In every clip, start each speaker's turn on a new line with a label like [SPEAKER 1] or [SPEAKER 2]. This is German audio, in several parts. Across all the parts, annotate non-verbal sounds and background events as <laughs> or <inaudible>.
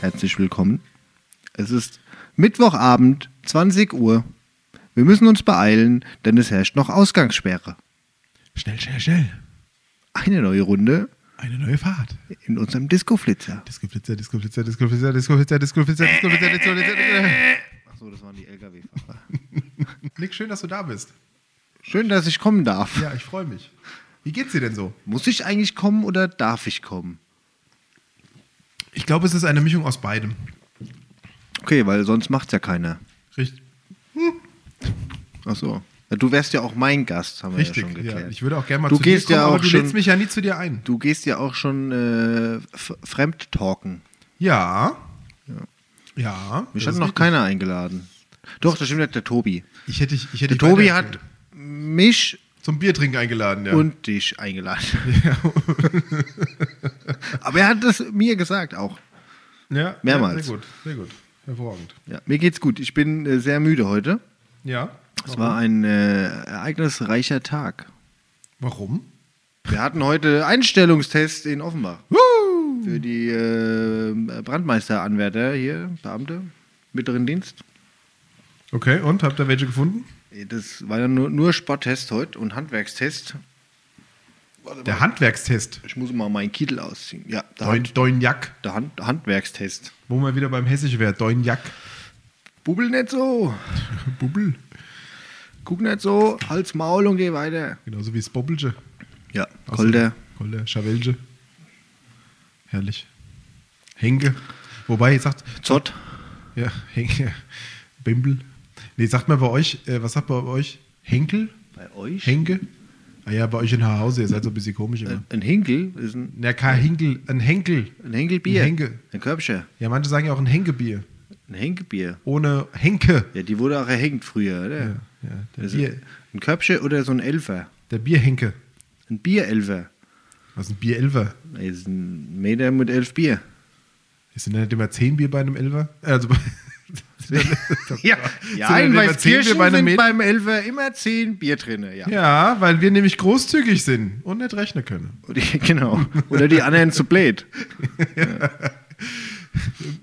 [SPEAKER 1] Herzlich willkommen. Es ist Mittwochabend, 20 Uhr. Wir müssen uns beeilen, denn es herrscht noch Ausgangssperre.
[SPEAKER 2] Schnell, schnell, schnell.
[SPEAKER 1] Eine neue Runde
[SPEAKER 2] Eine neue Fahrt.
[SPEAKER 1] in unserem Disco-Flitzer.
[SPEAKER 2] Disco-Flitzer, Disco-Flitzer, Disco-Flitzer, Disco-Flitzer, Disco-Flitzer, Disco-Flitzer, Disco-Flitzer.
[SPEAKER 1] Achso, das waren die LKW-Fahrer.
[SPEAKER 2] Nick, schön, dass du da bist.
[SPEAKER 1] Schön, dass ich kommen darf.
[SPEAKER 2] Ja, ich freue mich. Wie geht's dir denn so?
[SPEAKER 1] Muss ich eigentlich kommen oder darf ich kommen?
[SPEAKER 2] Ich glaube, es ist eine Mischung aus beidem.
[SPEAKER 1] Okay, weil sonst macht's ja keiner.
[SPEAKER 2] Richtig. Hm.
[SPEAKER 1] Achso. Du wärst ja auch mein Gast, haben wir ja schon
[SPEAKER 2] Richtig,
[SPEAKER 1] geklärt.
[SPEAKER 2] ja. Ich würde auch gerne mal
[SPEAKER 1] Du
[SPEAKER 2] zu dir
[SPEAKER 1] gehst
[SPEAKER 2] kommen,
[SPEAKER 1] ja
[SPEAKER 2] aber
[SPEAKER 1] auch
[SPEAKER 2] du
[SPEAKER 1] schon-
[SPEAKER 2] lädst mich ja nie zu dir ein.
[SPEAKER 1] Du gehst ja auch schon äh, f- fremd talken.
[SPEAKER 2] Ja. Ja.
[SPEAKER 1] Mich
[SPEAKER 2] das
[SPEAKER 1] hat
[SPEAKER 2] ist
[SPEAKER 1] noch
[SPEAKER 2] richtig.
[SPEAKER 1] keiner eingeladen. Doch, das stimmt, der Tobi.
[SPEAKER 2] Ich hätte, dich- ich hätte
[SPEAKER 1] Der
[SPEAKER 2] dich
[SPEAKER 1] Tobi
[SPEAKER 2] weiter-
[SPEAKER 1] hat mich
[SPEAKER 2] zum Biertrinken eingeladen, ja.
[SPEAKER 1] und dich eingeladen. Aber er hat das mir gesagt auch.
[SPEAKER 2] ja,
[SPEAKER 1] mehrmals.
[SPEAKER 2] Ja, sehr gut, sehr gut. Hervorragend.
[SPEAKER 1] Ja, mir geht's gut. Ich bin äh, sehr müde heute.
[SPEAKER 2] Ja.
[SPEAKER 1] Es war ein äh, ereignisreicher Tag.
[SPEAKER 2] Warum?
[SPEAKER 1] Wir hatten heute Einstellungstest in Offenbach. Für die äh, Brandmeisteranwärter hier, Beamte, mittleren Dienst. Äh,
[SPEAKER 2] Okay, und habt ihr welche gefunden?
[SPEAKER 1] Das war ja nur, nur Sporttest heute und Handwerkstest.
[SPEAKER 2] Der Handwerkstest.
[SPEAKER 1] Ich muss mal meinen Kittel ausziehen. Ja, der,
[SPEAKER 2] Deun,
[SPEAKER 1] Hand,
[SPEAKER 2] Deunjak.
[SPEAKER 1] der Hand, Handwerkstest.
[SPEAKER 2] Wo man wieder beim Hessischen wäre. Deunjak.
[SPEAKER 1] Bubbel nicht so,
[SPEAKER 2] <laughs> Bubbel.
[SPEAKER 1] guck nicht so, Hals, Maul und geh weiter.
[SPEAKER 2] Genauso wie das Bobbelche.
[SPEAKER 1] Ja,
[SPEAKER 2] Aus-
[SPEAKER 1] Kolder.
[SPEAKER 2] Kolder, Schavelsche. Herrlich. Henke. Wobei, jetzt sagt,
[SPEAKER 1] Zott.
[SPEAKER 2] ja, <laughs> Henke, Bimbel. Nee, sagt man bei euch, äh, was sagt man bei euch? Henkel?
[SPEAKER 1] Bei euch?
[SPEAKER 2] Henke? Ah ja, bei euch in Hause, ihr seid so ein bisschen komisch immer.
[SPEAKER 1] Ein Hinkel ist ein,
[SPEAKER 2] Na, kein Henkel, ein Henkel.
[SPEAKER 1] ein Henkelbier.
[SPEAKER 2] Ein Henkel.
[SPEAKER 1] Ein Körbscher.
[SPEAKER 2] Ja, manche sagen ja auch ein Henkebier.
[SPEAKER 1] Ein Henkelbier.
[SPEAKER 2] Ohne Henke.
[SPEAKER 1] Ja, die wurde auch erhängt früher, oder?
[SPEAKER 2] Ja, ja, der,
[SPEAKER 1] Das
[SPEAKER 2] Bier,
[SPEAKER 1] ist ein Körbscher oder so ein Elfer.
[SPEAKER 2] der Bierhenke.
[SPEAKER 1] Ein Bierelfer.
[SPEAKER 2] Was ist ein Bierelfer?
[SPEAKER 1] Das ist ein Meter mit elf Bier.
[SPEAKER 2] Ist denn nicht immer 10 Bier bei einem Elfer? Äh, Also <laughs> bei,
[SPEAKER 1] Ja,
[SPEAKER 2] Sind
[SPEAKER 1] ja
[SPEAKER 2] denn
[SPEAKER 1] in
[SPEAKER 2] immer zehn
[SPEAKER 1] Weißkirchen
[SPEAKER 2] Bier bei einem
[SPEAKER 1] sind
[SPEAKER 2] Met-
[SPEAKER 1] beim Elfer immer zehn Bier drin. Ja.
[SPEAKER 2] ja, weil wir nämlich großzügig sind und nicht rechnen können.
[SPEAKER 1] Oder- Genau.
[SPEAKER 2] <laughs>
[SPEAKER 1] Oder die anderen zu blöd.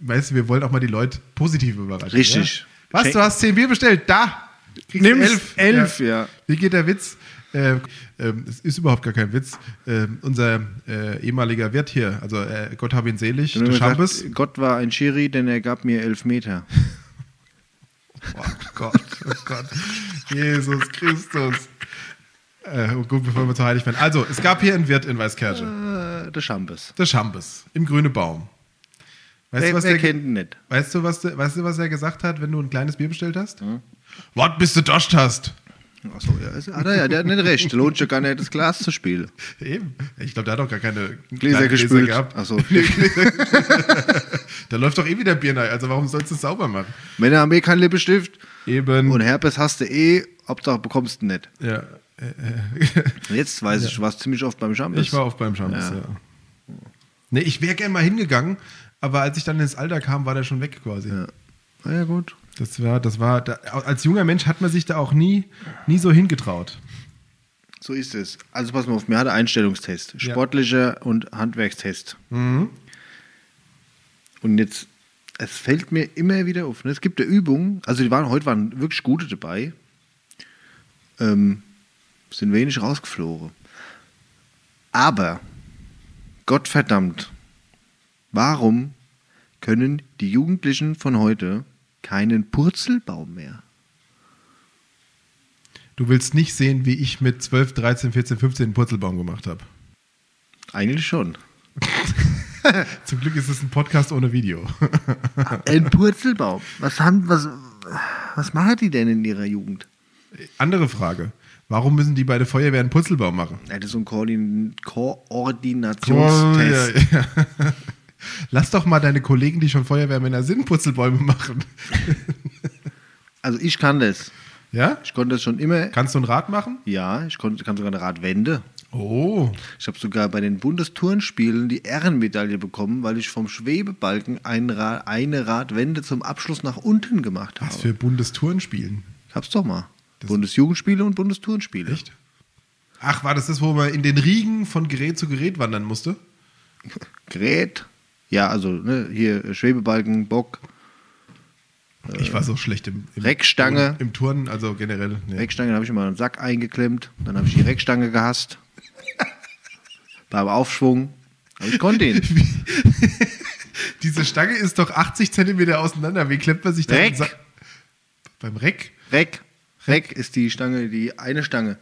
[SPEAKER 2] Weißt du, wir wollen auch mal die Leute positiv überraschen.
[SPEAKER 1] Richtig.
[SPEAKER 2] Ja? Was,
[SPEAKER 1] Schenk-
[SPEAKER 2] du hast 10 Bier bestellt? Da! Kriegst
[SPEAKER 1] Nimm's elf, ja.
[SPEAKER 2] Wie geht der Witz? Ähm, ähm, es ist überhaupt gar kein Witz. Ähm, unser äh, ehemaliger Wirt hier, also äh, Gott hab ihn selig,
[SPEAKER 1] Dann haben
[SPEAKER 2] der
[SPEAKER 1] wir
[SPEAKER 2] Schampes.
[SPEAKER 1] gesagt, Gott war ein Schiri, denn er gab mir elf Meter.
[SPEAKER 2] Oh Gott, oh Gott. <laughs> Jesus Christus. Äh, oh gut, bevor wir zu heilig werden. Also, es gab hier einen Wirt in Weißkirche,
[SPEAKER 1] Äh, der Schambes.
[SPEAKER 2] der Schambes, im Grüne Baum. Weißt,
[SPEAKER 1] Wer,
[SPEAKER 2] du, was
[SPEAKER 1] wer
[SPEAKER 2] der,
[SPEAKER 1] kennt ihn nicht?
[SPEAKER 2] weißt, du, was der, weißt du, was er gesagt hat, wenn du ein kleines Bier bestellt hast?
[SPEAKER 1] Hm?
[SPEAKER 2] Wart, bis du doscht hast.
[SPEAKER 1] Achso, ja, ist, hat er ja, der hat nicht recht. Lohnt sich gar nicht, das Glas zu spielen.
[SPEAKER 2] Eben. Ich glaube, der hat doch gar keine
[SPEAKER 1] Gläser
[SPEAKER 2] kleinen
[SPEAKER 1] gespült.
[SPEAKER 2] gehabt. <laughs>
[SPEAKER 1] Achso.
[SPEAKER 2] Da läuft doch eh wieder Bier rein. Also, warum sollst du es sauber machen?
[SPEAKER 1] Männer haben eh keinen Lippenstift
[SPEAKER 2] Eben.
[SPEAKER 1] und Herpes hast du eh, Hauptsache bekommst du nicht.
[SPEAKER 2] ja. <laughs> Äh, äh.
[SPEAKER 1] Jetzt weiß ich, du warst ziemlich oft beim Schambes.
[SPEAKER 2] Ich war oft beim Schambes,
[SPEAKER 1] Ja.
[SPEAKER 2] ja. Nee, ich wäre gern mal hingegangen, aber als ich dann ins Alter kam, war der schon weg quasi.
[SPEAKER 1] Ja. Na ja, gut.
[SPEAKER 2] Das war, das war, da, als junger Mensch hat man sich da auch nie, nie so hingetraut.
[SPEAKER 1] So ist es. Also pass mal auf, mir hatte Einstellungstest. Sportlicher und Handwerkstest. Und jetzt, es fällt mir immer wieder auf. Ne? Es gibt ja Übungen, also die waren heute waren wirklich gute dabei. Ähm, sind wenig rausgeflogen. Aber, Gottverdammt, warum können die Jugendlichen von heute keinen Purzelbaum mehr?
[SPEAKER 2] Du willst nicht sehen, wie ich mit 12, 13, 14, 15 einen Purzelbaum gemacht habe.
[SPEAKER 1] Eigentlich schon.
[SPEAKER 2] Zum Glück ist es ein Podcast ohne Video. <laughs>
[SPEAKER 1] Ein Purzelbaum. Was haben, was, was machen die denn in ihrer Jugend?
[SPEAKER 2] Andere Frage. Warum müssen die bei der Feuerwehr einen Purzelbaum machen?
[SPEAKER 1] Ja, Das ist so ein Koordin
[SPEAKER 2] Ja,
[SPEAKER 1] Koordinationstest.
[SPEAKER 2] ja. <laughs> Lass doch mal deine Kollegen, die schon Feuerwehrmänner sind, Purzelbäume machen.
[SPEAKER 1] Also ich kann das.
[SPEAKER 2] Ja?
[SPEAKER 1] Ich konnte das schon immer.
[SPEAKER 2] Kannst du ein Rad machen?
[SPEAKER 1] Ja, ich konnte, kann sogar eine Radwende.
[SPEAKER 2] Oh.
[SPEAKER 1] Ich habe sogar bei den Bundesturnspielen die Ehrenmedaille bekommen, weil ich vom Schwebebalken ein Ra eine Radwende zum Abschluss nach unten gemacht habe.
[SPEAKER 2] Was für Bundestourenspielen.
[SPEAKER 1] Ich hab's doch mal. Bundesjugendspiele und Bundesturnspiele.
[SPEAKER 2] Echt? Ach, war das das, wo man in den Riegen von Gerät zu Gerät wandern musste?
[SPEAKER 1] Gerät. Ja, also ne, hier äh, Schwebebalken, Bock,
[SPEAKER 2] Ich war so schlecht im, im
[SPEAKER 1] Reckstange.
[SPEAKER 2] Im Turnen, also generell. Nee.
[SPEAKER 1] Reckstange, da habe ich mal einen Sack eingeklemmt. Dann habe ich die Reckstange
[SPEAKER 2] <laughs>
[SPEAKER 1] gehasst. Beim Aufschwung. Aber ich konnte ihn.
[SPEAKER 2] <laughs> Diese Stange ist doch 80 Zentimeter auseinander. Wie klemmt man sich da?
[SPEAKER 1] Reck.
[SPEAKER 2] Sa- Beim Reck?
[SPEAKER 1] Reck. Reck ist die Stange, die eine Stange.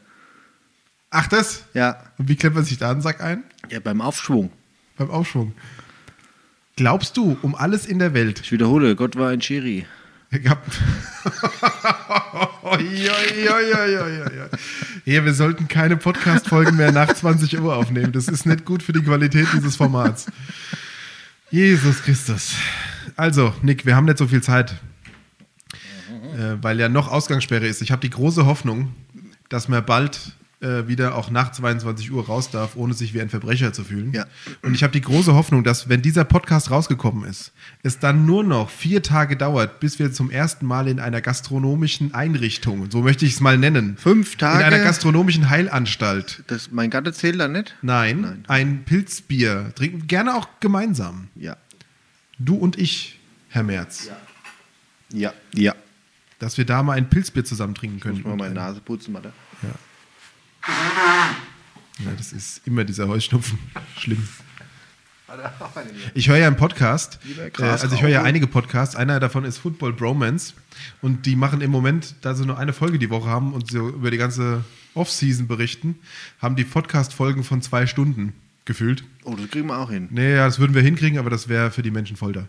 [SPEAKER 2] Ach, das?
[SPEAKER 1] Ja,
[SPEAKER 2] Und wie klemmt man sich da einen Sack ein?
[SPEAKER 1] ja beim Aufschwung.
[SPEAKER 2] Beim Aufschwung. Glaubst du, um alles in der Welt
[SPEAKER 1] Ich wiederhole, Gott war ein Schiri.
[SPEAKER 2] <laughs> gab. Oioioioioioio. Hier, wir sollten keine Podcast-Folgen mehr nach 20 Uhr aufnehmen. Das ist nicht gut für die Qualität dieses Formats. Jesus Christus. Also, Nick, wir haben nicht so viel Zeit, äh, weil ja noch Ausgangssperre ist. Ich habe die große Hoffnung, dass man bald äh, wieder auch nach 22 Uhr raus darf, ohne sich wie ein Verbrecher zu fühlen.
[SPEAKER 1] Ja.
[SPEAKER 2] Und ich habe die große Hoffnung, dass, wenn dieser Podcast rausgekommen ist, es dann nur noch vier Tage dauert, bis wir zum ersten Mal in einer gastronomischen Einrichtung, so möchte ich es mal nennen,
[SPEAKER 1] Fünf Tage.
[SPEAKER 2] in einer gastronomischen Heilanstalt,
[SPEAKER 1] das, mein Gatte zählt da nicht?
[SPEAKER 2] nein,
[SPEAKER 1] Nein.
[SPEAKER 2] ein Pilzbier trinken, gerne auch gemeinsam.
[SPEAKER 1] Ja.
[SPEAKER 2] Du und ich, Herr Merz,
[SPEAKER 1] Ja, ja.
[SPEAKER 2] dass wir da mal ein Pilzbier zusammen trinken können.
[SPEAKER 1] Muss mal meine Nase putzen, Mathe.
[SPEAKER 2] Ja, das ist immer dieser Heuschnupfen. Schlimm. <laughs> Ich höre ja einen Podcast,
[SPEAKER 1] Lieber
[SPEAKER 2] äh,
[SPEAKER 1] Gras
[SPEAKER 2] also ich höre ja
[SPEAKER 1] rauchen.
[SPEAKER 2] einige Podcasts. Einer davon ist Football Bromance und die machen im Moment, da sie nur eine Folge die Woche haben und so über die ganze Offseason berichten, haben die Podcast-Folgen von zwei Stunden gefühlt.
[SPEAKER 1] Oh, das kriegen wir auch hin.
[SPEAKER 2] Nee, ja, das würden wir hinkriegen, aber das wäre für die Menschen Folter.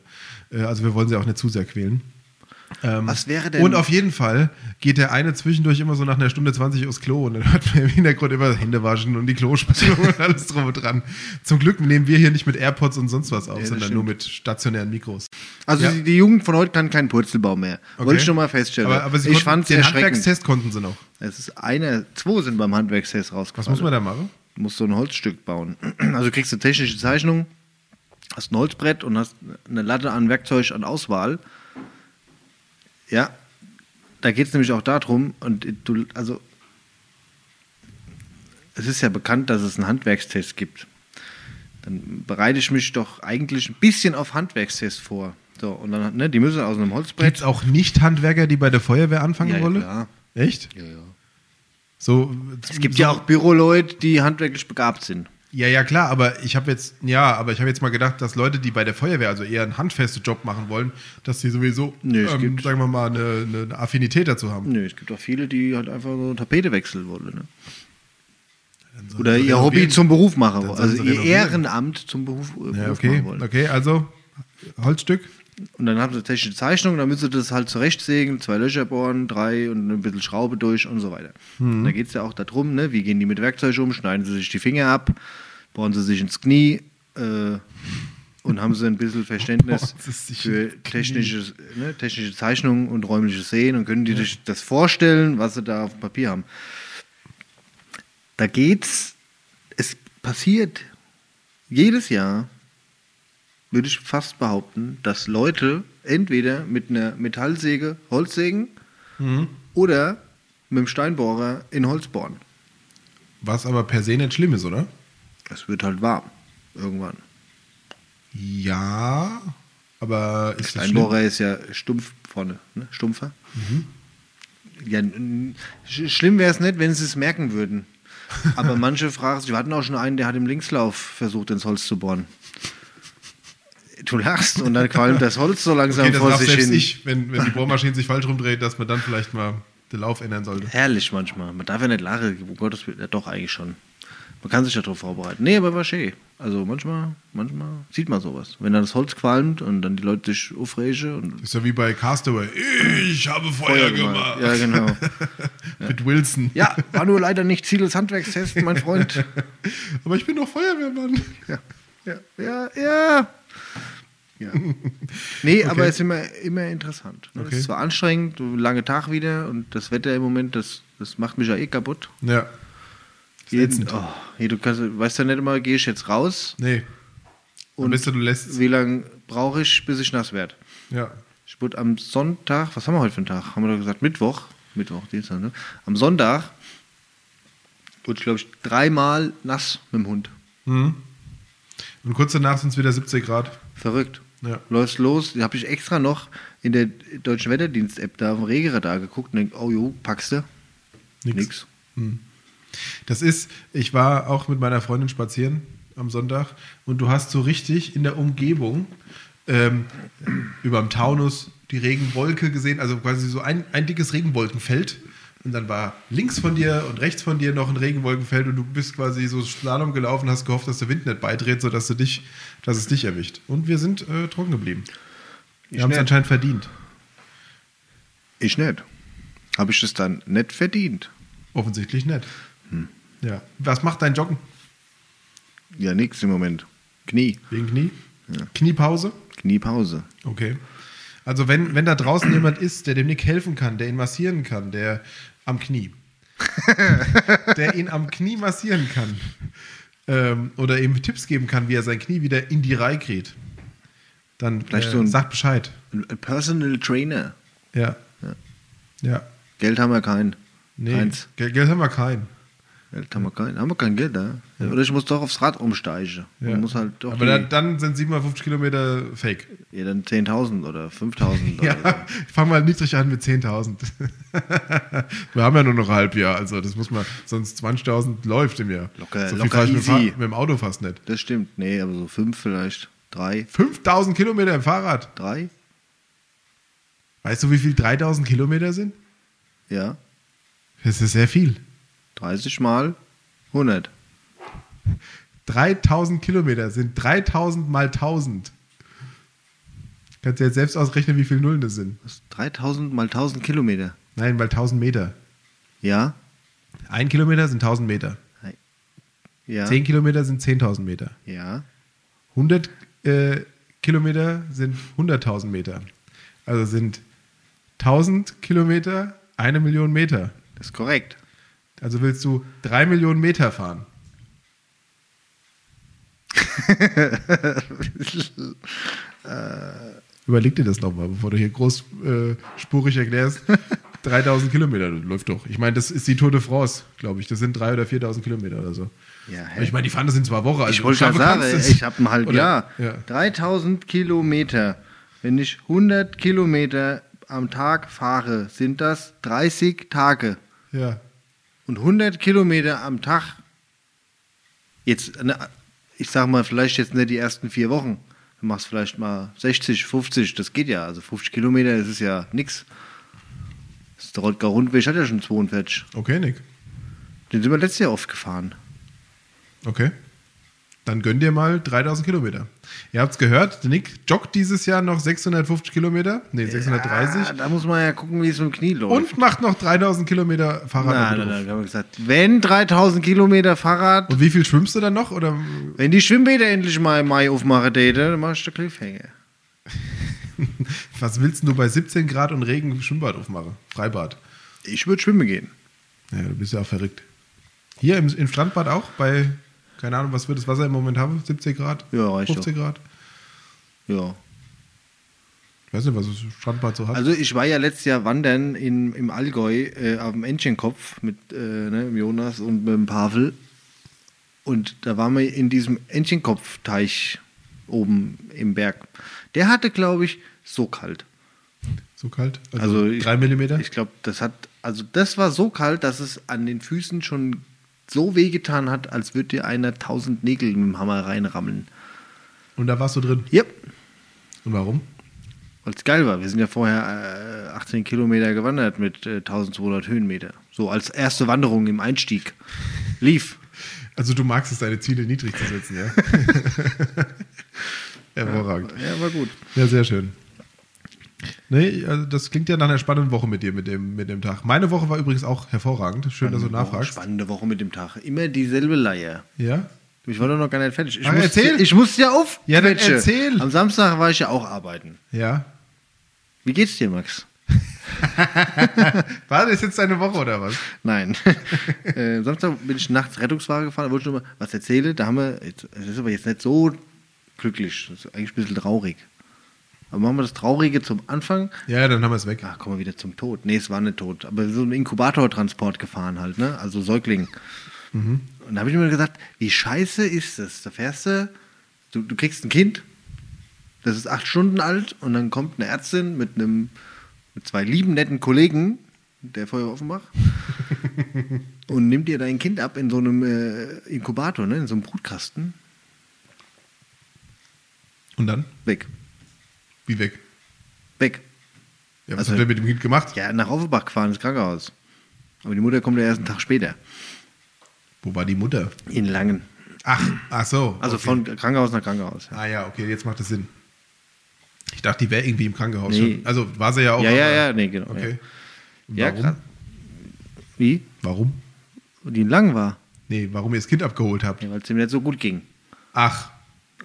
[SPEAKER 2] Äh, Also wir wollen sie auch nicht zu sehr quälen. Ähm,
[SPEAKER 1] Was wäre denn-
[SPEAKER 2] Und auf jeden Fall geht der eine zwischendurch immer so nach einer Stunde 20 aufs Klo und dann hört man im Hintergrund immer Hände waschen und die Klospülung und <laughs> alles drum und dran. Zum Glück nehmen wir hier nicht mit AirPods und sonst was auf,
[SPEAKER 1] das
[SPEAKER 2] sondern nur mit stationären Mikros.
[SPEAKER 1] Also
[SPEAKER 2] Ja.
[SPEAKER 1] die, die Jugend von heute kann keinen Purzelbaum mehr. Wollte ich schon mal feststellen.
[SPEAKER 2] Aber, aber sie
[SPEAKER 1] ich
[SPEAKER 2] konnten-
[SPEAKER 1] fand es
[SPEAKER 2] den
[SPEAKER 1] erschreckend.
[SPEAKER 2] Handwerkstest konnten sie noch.
[SPEAKER 1] Es ist einer, zwei sind beim Handwerkstest
[SPEAKER 2] Was
[SPEAKER 1] rausgefallen.
[SPEAKER 2] muss man da machen?
[SPEAKER 1] musst so ein Holzstück bauen. <clears throat> Also kriegst du technische Zeichnung, hast ein Holzbrett und hast eine Latte an Werkzeug an Auswahl. Ja, da geht es nämlich auch darum, und du, also es ist ja bekannt, dass es einen Handwerkstest gibt. Dann bereite ich mich doch eigentlich ein bisschen auf Handwerkstest vor. So, und dann, ne, die müssen aus einem
[SPEAKER 2] Gibt
[SPEAKER 1] Holzbrett.
[SPEAKER 2] es auch Nicht-Handwerker, die bei der Feuerwehr anfangen
[SPEAKER 1] Ja, ja,
[SPEAKER 2] wollen?
[SPEAKER 1] klar.
[SPEAKER 2] Echt?
[SPEAKER 1] Ja, ja.
[SPEAKER 2] So,
[SPEAKER 1] Es gibt ja auch Büroleute, die handwerklich begabt sind.
[SPEAKER 2] Ja, ja, klar, aber ich habe jetzt, ja, aber ich habe jetzt mal gedacht, dass Leute, die bei der Feuerwehr also eher einen handfesten Job machen wollen, dass die sowieso,
[SPEAKER 1] Nee, es
[SPEAKER 2] ähm,
[SPEAKER 1] gibt-
[SPEAKER 2] sagen wir mal, eine, eine Affinität dazu haben.
[SPEAKER 1] Nö, es gibt auch viele, die halt einfach so Tapete wechseln wollen. Ne?
[SPEAKER 2] Dann sollen
[SPEAKER 1] Oder
[SPEAKER 2] sie
[SPEAKER 1] ihr Hobby
[SPEAKER 2] renovieren.
[SPEAKER 1] zum Beruf machen
[SPEAKER 2] Dann
[SPEAKER 1] wollen.
[SPEAKER 2] sollen
[SPEAKER 1] Also
[SPEAKER 2] sie
[SPEAKER 1] ihr
[SPEAKER 2] renovieren.
[SPEAKER 1] Ehrenamt zum Beruf, äh,
[SPEAKER 2] Ja,
[SPEAKER 1] Beruf
[SPEAKER 2] okay,
[SPEAKER 1] machen wollen.
[SPEAKER 2] okay, also Holzstück.
[SPEAKER 1] Und dann haben sie technische Zeichnung, dann müssen sie das halt zurechtsägen, zwei Löcher bohren, drei und ein bisschen Schraube durch und so weiter.
[SPEAKER 2] Mhm.
[SPEAKER 1] Da geht es ja auch darum, ne? wie gehen die mit Werkzeug um, schneiden sie sich die Finger ab, bohren sie sich ins Knie äh, und haben sie ein bisschen Verständnis
[SPEAKER 2] Bohren sie sich
[SPEAKER 1] für
[SPEAKER 2] ins Knie.
[SPEAKER 1] technische, ne? technische Zeichnungen und räumliches Sehen und können die sich das vorstellen, was sie da auf dem Papier haben. Da geht's, es passiert jedes Jahr würde ich fast behaupten, dass Leute entweder mit einer Metallsäge Holz sägen
[SPEAKER 2] Mhm.
[SPEAKER 1] oder mit dem Steinbohrer in Holz bohren.
[SPEAKER 2] Was aber per se nicht schlimm ist, oder?
[SPEAKER 1] Es wird halt warm irgendwann.
[SPEAKER 2] Ja, aber ist das schlimm? Mhm.
[SPEAKER 1] Steinbohrer ist ja stumpf vorne, ne? stumpfer. Ja, n- sch- schlimm wäre es nicht, wenn sie es merken würden.
[SPEAKER 2] <laughs>
[SPEAKER 1] Aber manche fragen sich, wir hatten auch schon einen, der hat im Linkslauf versucht, ins Holz zu bohren. Du lachst und dann qualmt das Holz so langsam
[SPEAKER 2] Okay, das
[SPEAKER 1] vor
[SPEAKER 2] darf
[SPEAKER 1] sich
[SPEAKER 2] selbst
[SPEAKER 1] hin.
[SPEAKER 2] ich, wenn, wenn die Bohrmaschine sich falsch rumdreht, dass man dann vielleicht mal den Lauf ändern sollte.
[SPEAKER 1] Herrlich manchmal. Man darf ja nicht lachen, um Gottes Willen. Ja, doch, eigentlich schon. Man kann sich darauf vorbereiten. Nee, aber war schön. Also manchmal, manchmal sieht man sowas. Wenn dann das Holz qualmt und dann die Leute sich aufregen und
[SPEAKER 2] Ist ja wie bei Castaway. Ich habe Feuer, gemacht.
[SPEAKER 1] Ja, genau.
[SPEAKER 2] Mit Wilson.
[SPEAKER 1] Ja, war nur leider nicht Ziel des Handwerkstests, mein Freund.
[SPEAKER 2] Aber ich bin doch Feuerwehrmann.
[SPEAKER 1] Ja, ja, ja. ja. ja. Nee, aber es ist immer, immer interessant. Ne?
[SPEAKER 2] Okay.
[SPEAKER 1] Es ist zwar anstrengend, lange Tag wieder und das Wetter im Moment, das, das macht mich ja eh kaputt.
[SPEAKER 2] Ja.
[SPEAKER 1] Jeden,
[SPEAKER 2] ätzend.
[SPEAKER 1] oh, hier, du kannst, weißt ja nicht immer, gehe ich jetzt raus
[SPEAKER 2] Nee. Und
[SPEAKER 1] und
[SPEAKER 2] bist du, du lässt.
[SPEAKER 1] wie lange brauche ich, bis ich nass werde.
[SPEAKER 2] Ja.
[SPEAKER 1] Ich wurde am Sonntag, was haben wir heute für einen Tag? Haben wir doch gesagt, Mittwoch. Mittwoch, Dienstag, ne? Am Sonntag wurde ich, glaube ich, dreimal nass mit dem Hund.
[SPEAKER 2] Mhm. Und kurz danach sind es wieder 17 Grad.
[SPEAKER 1] Verrückt.
[SPEAKER 2] Ja.
[SPEAKER 1] Läuft los. Da habe ich extra noch in der deutschen Wetterdienst-App da auf dem Regeradar geguckt und denk, oh jo, packst du?
[SPEAKER 2] Nix.
[SPEAKER 1] Nix.
[SPEAKER 2] Das ist, ich war auch mit meiner Freundin spazieren am Sonntag und du hast so richtig in der Umgebung ähm, überm Taunus die Regenwolke gesehen, also quasi so ein, ein dickes Regenwolkenfeld. Und dann war links von dir und rechts von dir noch ein Regenwolkenfeld und du bist quasi so Slalom gelaufen, hast gehofft, dass der Wind nicht beidreht, sodass du dich, dass es dich erwischt. Und wir sind äh, trocken geblieben. Wir haben es
[SPEAKER 1] schnell.
[SPEAKER 2] anscheinend verdient.
[SPEAKER 1] Ich nicht. Habe ich das dann nicht verdient?
[SPEAKER 2] Offensichtlich nicht. Ja. Was macht dein Joggen?
[SPEAKER 1] Ja, nix im Moment. Knie.
[SPEAKER 2] Wegen Knie? Kniepause?
[SPEAKER 1] Kniepause.
[SPEAKER 2] Okay. Also wenn, wenn da draußen jemand ist, der dem Nick helfen kann, der ihn massieren kann, der
[SPEAKER 1] <laughs>
[SPEAKER 2] am Knie. der ihn am Knie massieren kann. Ähm, oder ihm Tipps geben kann, wie er sein Knie wieder in die Reihe kriegt. Dann äh,
[SPEAKER 1] Vielleicht so ein-
[SPEAKER 2] sagt Bescheid.
[SPEAKER 1] Ein ein Personal Trainer.
[SPEAKER 2] Ja.
[SPEAKER 1] Ja.
[SPEAKER 2] Ja.
[SPEAKER 1] Geld haben wir kein.
[SPEAKER 2] Nee.
[SPEAKER 1] Keins.
[SPEAKER 2] Geld, Geld haben wir keinen.
[SPEAKER 1] Geld haben wir kein. Haben wir kein Geld, ne? Oder ich muss doch aufs Rad umsteigen.
[SPEAKER 2] Ja.
[SPEAKER 1] Man muss halt doch.
[SPEAKER 2] Aber
[SPEAKER 1] die-
[SPEAKER 2] dann, dann sind 750 Kilometer fake.
[SPEAKER 1] Ja, dann 10.000 oder
[SPEAKER 2] <laughs>
[SPEAKER 1] 5.000
[SPEAKER 2] Ja,
[SPEAKER 1] oder
[SPEAKER 2] fang mal niedrig an mit 10.000.
[SPEAKER 1] <laughs>
[SPEAKER 2] wir haben ja nur noch ein Halbjahr, also das muss man, sonst 20.000 läuft im Jahr.
[SPEAKER 1] Locker-
[SPEAKER 2] so viel
[SPEAKER 1] locker
[SPEAKER 2] fahr ich mit, dem Fahr-
[SPEAKER 1] easy.
[SPEAKER 2] mit dem Auto fast nicht.
[SPEAKER 1] so. Das stimmt. Nee, aber so 5 vielleicht. 3.
[SPEAKER 2] 5.000 Kilometer im Fahrrad.
[SPEAKER 1] 3?
[SPEAKER 2] Weißt du, wie viel 3.000 Kilometer sind?
[SPEAKER 1] Ja.
[SPEAKER 2] Das ist sehr viel.
[SPEAKER 1] 30 mal 100.
[SPEAKER 2] 3.000 Kilometer sind 3.000 mal 1.000. Kannst du jetzt selbst ausrechnen, wie viele Nullen das sind.
[SPEAKER 1] Was? 3.000 mal 1.000 Kilometer.
[SPEAKER 2] Nein, mal 1.000 Meter.
[SPEAKER 1] Ja?
[SPEAKER 2] Ein Kilometer sind 1.000 Meter.
[SPEAKER 1] Ja.
[SPEAKER 2] Zehn Kilometer sind 10.000 Meter.
[SPEAKER 1] Ja.
[SPEAKER 2] 100 äh, Kilometer sind 100.000 Meter. Also sind 1000 Kilometer eine Million Meter.
[SPEAKER 1] Das ist korrekt.
[SPEAKER 2] Also willst du drei Millionen
[SPEAKER 1] <laughs>
[SPEAKER 2] Meter fahren. Überleg dir das nochmal, bevor du hier großspurig äh,
[SPEAKER 1] <laughs>
[SPEAKER 2] spurig erklärst. 3000 Kilometer, das läuft doch. Ich meine, das ist die Tour de France, glaube ich. Das sind 3.000 oder 4.000 Kilometer oder so.
[SPEAKER 1] Ja, hä?
[SPEAKER 2] Aber ich meine, die fahren das in zwei Wochen. Also
[SPEAKER 1] ich wollte schon
[SPEAKER 2] schaffen
[SPEAKER 1] sagen,
[SPEAKER 2] kannst du es.
[SPEAKER 1] ich habe ein halbes
[SPEAKER 2] Oder-
[SPEAKER 1] Jahr.
[SPEAKER 2] Ja.
[SPEAKER 1] 3000 Kilometer. Wenn ich 100 Kilometer am Tag fahre, sind das 30 Tage.
[SPEAKER 2] ja.
[SPEAKER 1] Und 100 Kilometer am Tag, jetzt, ne, ich sag mal, vielleicht jetzt nicht die ersten vier Wochen. Du machst vielleicht mal 60, 50, das geht ja. Also 50 Kilometer das ist ja nix. Das ist der Rottgau Rundweg hat ja schon 42.
[SPEAKER 2] Okay, Nick.
[SPEAKER 1] Den sind wir letztes Jahr oft gefahren.
[SPEAKER 2] Okay. Dann gönn dir mal 3000 Kilometer. Ihr habt's gehört, der Nick joggt dieses Jahr noch 650 Kilometer, nee, 630
[SPEAKER 1] Ah, da muss man ja gucken, wie es mit dem Knie läuft.
[SPEAKER 2] und macht noch 3000 Kilometer
[SPEAKER 1] Nein,
[SPEAKER 2] Fahrrad.
[SPEAKER 1] nein, nein, wir haben gesagt, wenn 3000 Kilometer Fahrrad,
[SPEAKER 2] Und wie viel schwimmst du dann noch? Oder
[SPEAKER 1] wenn die Schwimmbäder endlich mal im Mai aufmachen, Date, dann machst du Cliffhanger.
[SPEAKER 2] was willst denn du bei 17 Grad und Regen Schwimmbad aufmachen? Freibad.
[SPEAKER 1] Ich würde schwimmen gehen.
[SPEAKER 2] Ja, du bist ja auch verrückt. Hier im, im Strandbad auch bei, keine Ahnung, was wird das Wasser im Moment haben? 17 Grad?
[SPEAKER 1] Ja, reicht
[SPEAKER 2] 15 Grad?
[SPEAKER 1] Ja.
[SPEAKER 2] Ich weiß nicht, was das Strandbad so hat.
[SPEAKER 1] Also ich war ja letztes Jahr wandern in, im Allgäu äh, auf dem Entchenkopf mit äh, ne, dem Jonas und mit dem Pavel. Und da waren wir in diesem Entchenkopfteich oben im Berg. Der hatte, glaube ich, so kalt.
[SPEAKER 2] so kalt?
[SPEAKER 1] Also ich-
[SPEAKER 2] 3 Millimeter?
[SPEAKER 1] Ich glaube, das hat, also das war so kalt, dass es an den Füßen schon so wehgetan hat, als würde dir einer tausend Nägel mit dem Hammer reinrammeln.
[SPEAKER 2] und da warst du drin.
[SPEAKER 1] Yep.
[SPEAKER 2] Und warum?
[SPEAKER 1] Weil es geil war. Wir sind ja vorher äh, 18 Kilometer gewandert mit äh, 1200 Höhenmeter. So als erste Wanderung im Einstieg. Lief.
[SPEAKER 2] Also du magst es, deine Ziele niedrig zu setzen, ja?
[SPEAKER 1] <laughs>
[SPEAKER 2] Hervorragend.
[SPEAKER 1] Ja, war gut.
[SPEAKER 2] Ja, sehr schön. Nee, also das klingt ja nach einer spannenden Woche mit dir, mit dem, mit dem Tag. Meine Woche war übrigens auch hervorragend. Schön, dass du nachfragst.
[SPEAKER 1] Oh, Spannende Woche mit dem Tag. Immer dieselbe Leier.
[SPEAKER 2] Ja?
[SPEAKER 1] Ich war doch noch gar nicht fertig. Ich
[SPEAKER 2] Ach,
[SPEAKER 1] muss,
[SPEAKER 2] Ah, erzähl.
[SPEAKER 1] Ich muss ja auf.
[SPEAKER 2] Ja, dann erzähl.
[SPEAKER 1] Am Samstag war ich ja auch arbeiten.
[SPEAKER 2] Ja.
[SPEAKER 1] Wie geht's dir, Max?
[SPEAKER 2] War das jetzt deine Woche oder was? <laughs>
[SPEAKER 1] Nein. äh, Samstag bin ich nachts Rettungswagen gefahren, da wollte ich noch mal was erzählen. Da haben wir, jetzt, das ist aber jetzt nicht so glücklich, das ist eigentlich ein bisschen traurig. Aber machen wir das Traurige zum Anfang.
[SPEAKER 2] Ja, dann haben wir es weg.
[SPEAKER 1] Ach, kommen wir wieder zum Tod. Nee, es war nicht tot. Aber so ein Inkubatortransport gefahren halt, ne? Also Säugling. Und da habe ich mir gesagt, wie scheiße ist das? Da fährst du Du, du kriegst ein Kind, das ist acht Stunden alt und dann kommt eine Ärztin mit einem mit zwei lieben netten Kollegen der Feuerwehr Offenbach und nimmt dir dein Kind ab in so einem äh, Inkubator, ne? in so einem Brutkasten.
[SPEAKER 2] Und dann?
[SPEAKER 1] Weg.
[SPEAKER 2] Wie weg?
[SPEAKER 1] Weg.
[SPEAKER 2] Ja, was
[SPEAKER 1] Also-
[SPEAKER 2] hat der mit dem Kind gemacht?
[SPEAKER 1] Ja, nach Offenbach gefahren ins Krankenhaus. Aber die Mutter kommt ja erst einen Tag später.
[SPEAKER 2] Wo war die Mutter?
[SPEAKER 1] In Langen.
[SPEAKER 2] Ach, ach so.
[SPEAKER 1] Also
[SPEAKER 2] okay.
[SPEAKER 1] von Krankenhaus nach Krankenhaus. Ja,
[SPEAKER 2] Ah ja, okay, jetzt macht das Sinn. Ich dachte, die wäre irgendwie im Krankenhaus
[SPEAKER 1] Nee.
[SPEAKER 2] schon. Also war sie ja auch.
[SPEAKER 1] ja, ja,
[SPEAKER 2] aber-
[SPEAKER 1] ja, nee, genau.
[SPEAKER 2] Okay.
[SPEAKER 1] Ja, ja
[SPEAKER 2] warum?
[SPEAKER 1] krass. Wie?
[SPEAKER 2] Warum?
[SPEAKER 1] Die in Langen war?
[SPEAKER 2] Nee, warum ihr das Kind abgeholt habt.
[SPEAKER 1] Ja, weil es ihm nicht so gut ging.
[SPEAKER 2] Ach,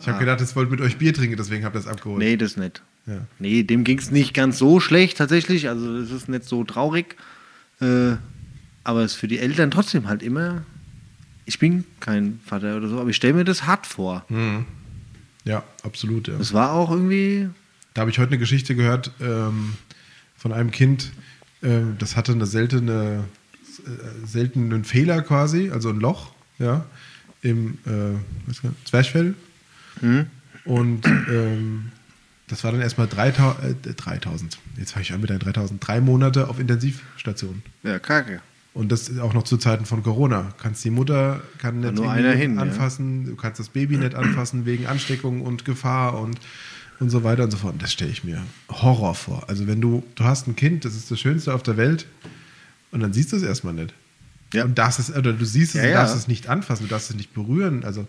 [SPEAKER 2] ich habe gedacht, es wollte mit euch Bier trinken, deswegen habt ihr es abgeholt.
[SPEAKER 1] Nee, das nicht.
[SPEAKER 2] Ja.
[SPEAKER 1] Nee, dem ging es nicht ganz so schlecht tatsächlich. Also es ist nicht so traurig. Äh, aber es ist für die Eltern trotzdem halt immer. Ich bin kein Vater oder so, aber ich stelle mir das hart vor.
[SPEAKER 2] Mhm. Ja, absolut. Ja.
[SPEAKER 1] Es war auch irgendwie.
[SPEAKER 2] Da habe ich heute eine Geschichte gehört ähm, von einem Kind, ähm, das hatte eine seltene, äh, seltenen Fehler quasi, also ein Loch, ja, im äh, was war- Zwerchfell. Und ähm, das war dann erstmal 3000, äh, 3000. Jetzt fange ich an mit deinen 3000. Drei Monate auf Intensivstation.
[SPEAKER 1] Ja, kacke.
[SPEAKER 2] Und das auch noch zu Zeiten von Corona. Kannst die Mutter kann nicht
[SPEAKER 1] nur
[SPEAKER 2] irgendwie
[SPEAKER 1] einer hin,
[SPEAKER 2] anfassen, du kannst das Baby nicht anfassen wegen Ansteckung und Gefahr und, und so weiter und so fort. Und das stelle ich mir Horror vor. Also wenn du, du hast ein Kind, das ist das Schönste auf der Welt und dann siehst du es erstmal nicht.
[SPEAKER 1] Ja.
[SPEAKER 2] Und darfst es, oder du siehst es
[SPEAKER 1] Ja,
[SPEAKER 2] und
[SPEAKER 1] ja.
[SPEAKER 2] darfst es nicht anfassen, du darfst es nicht berühren. Also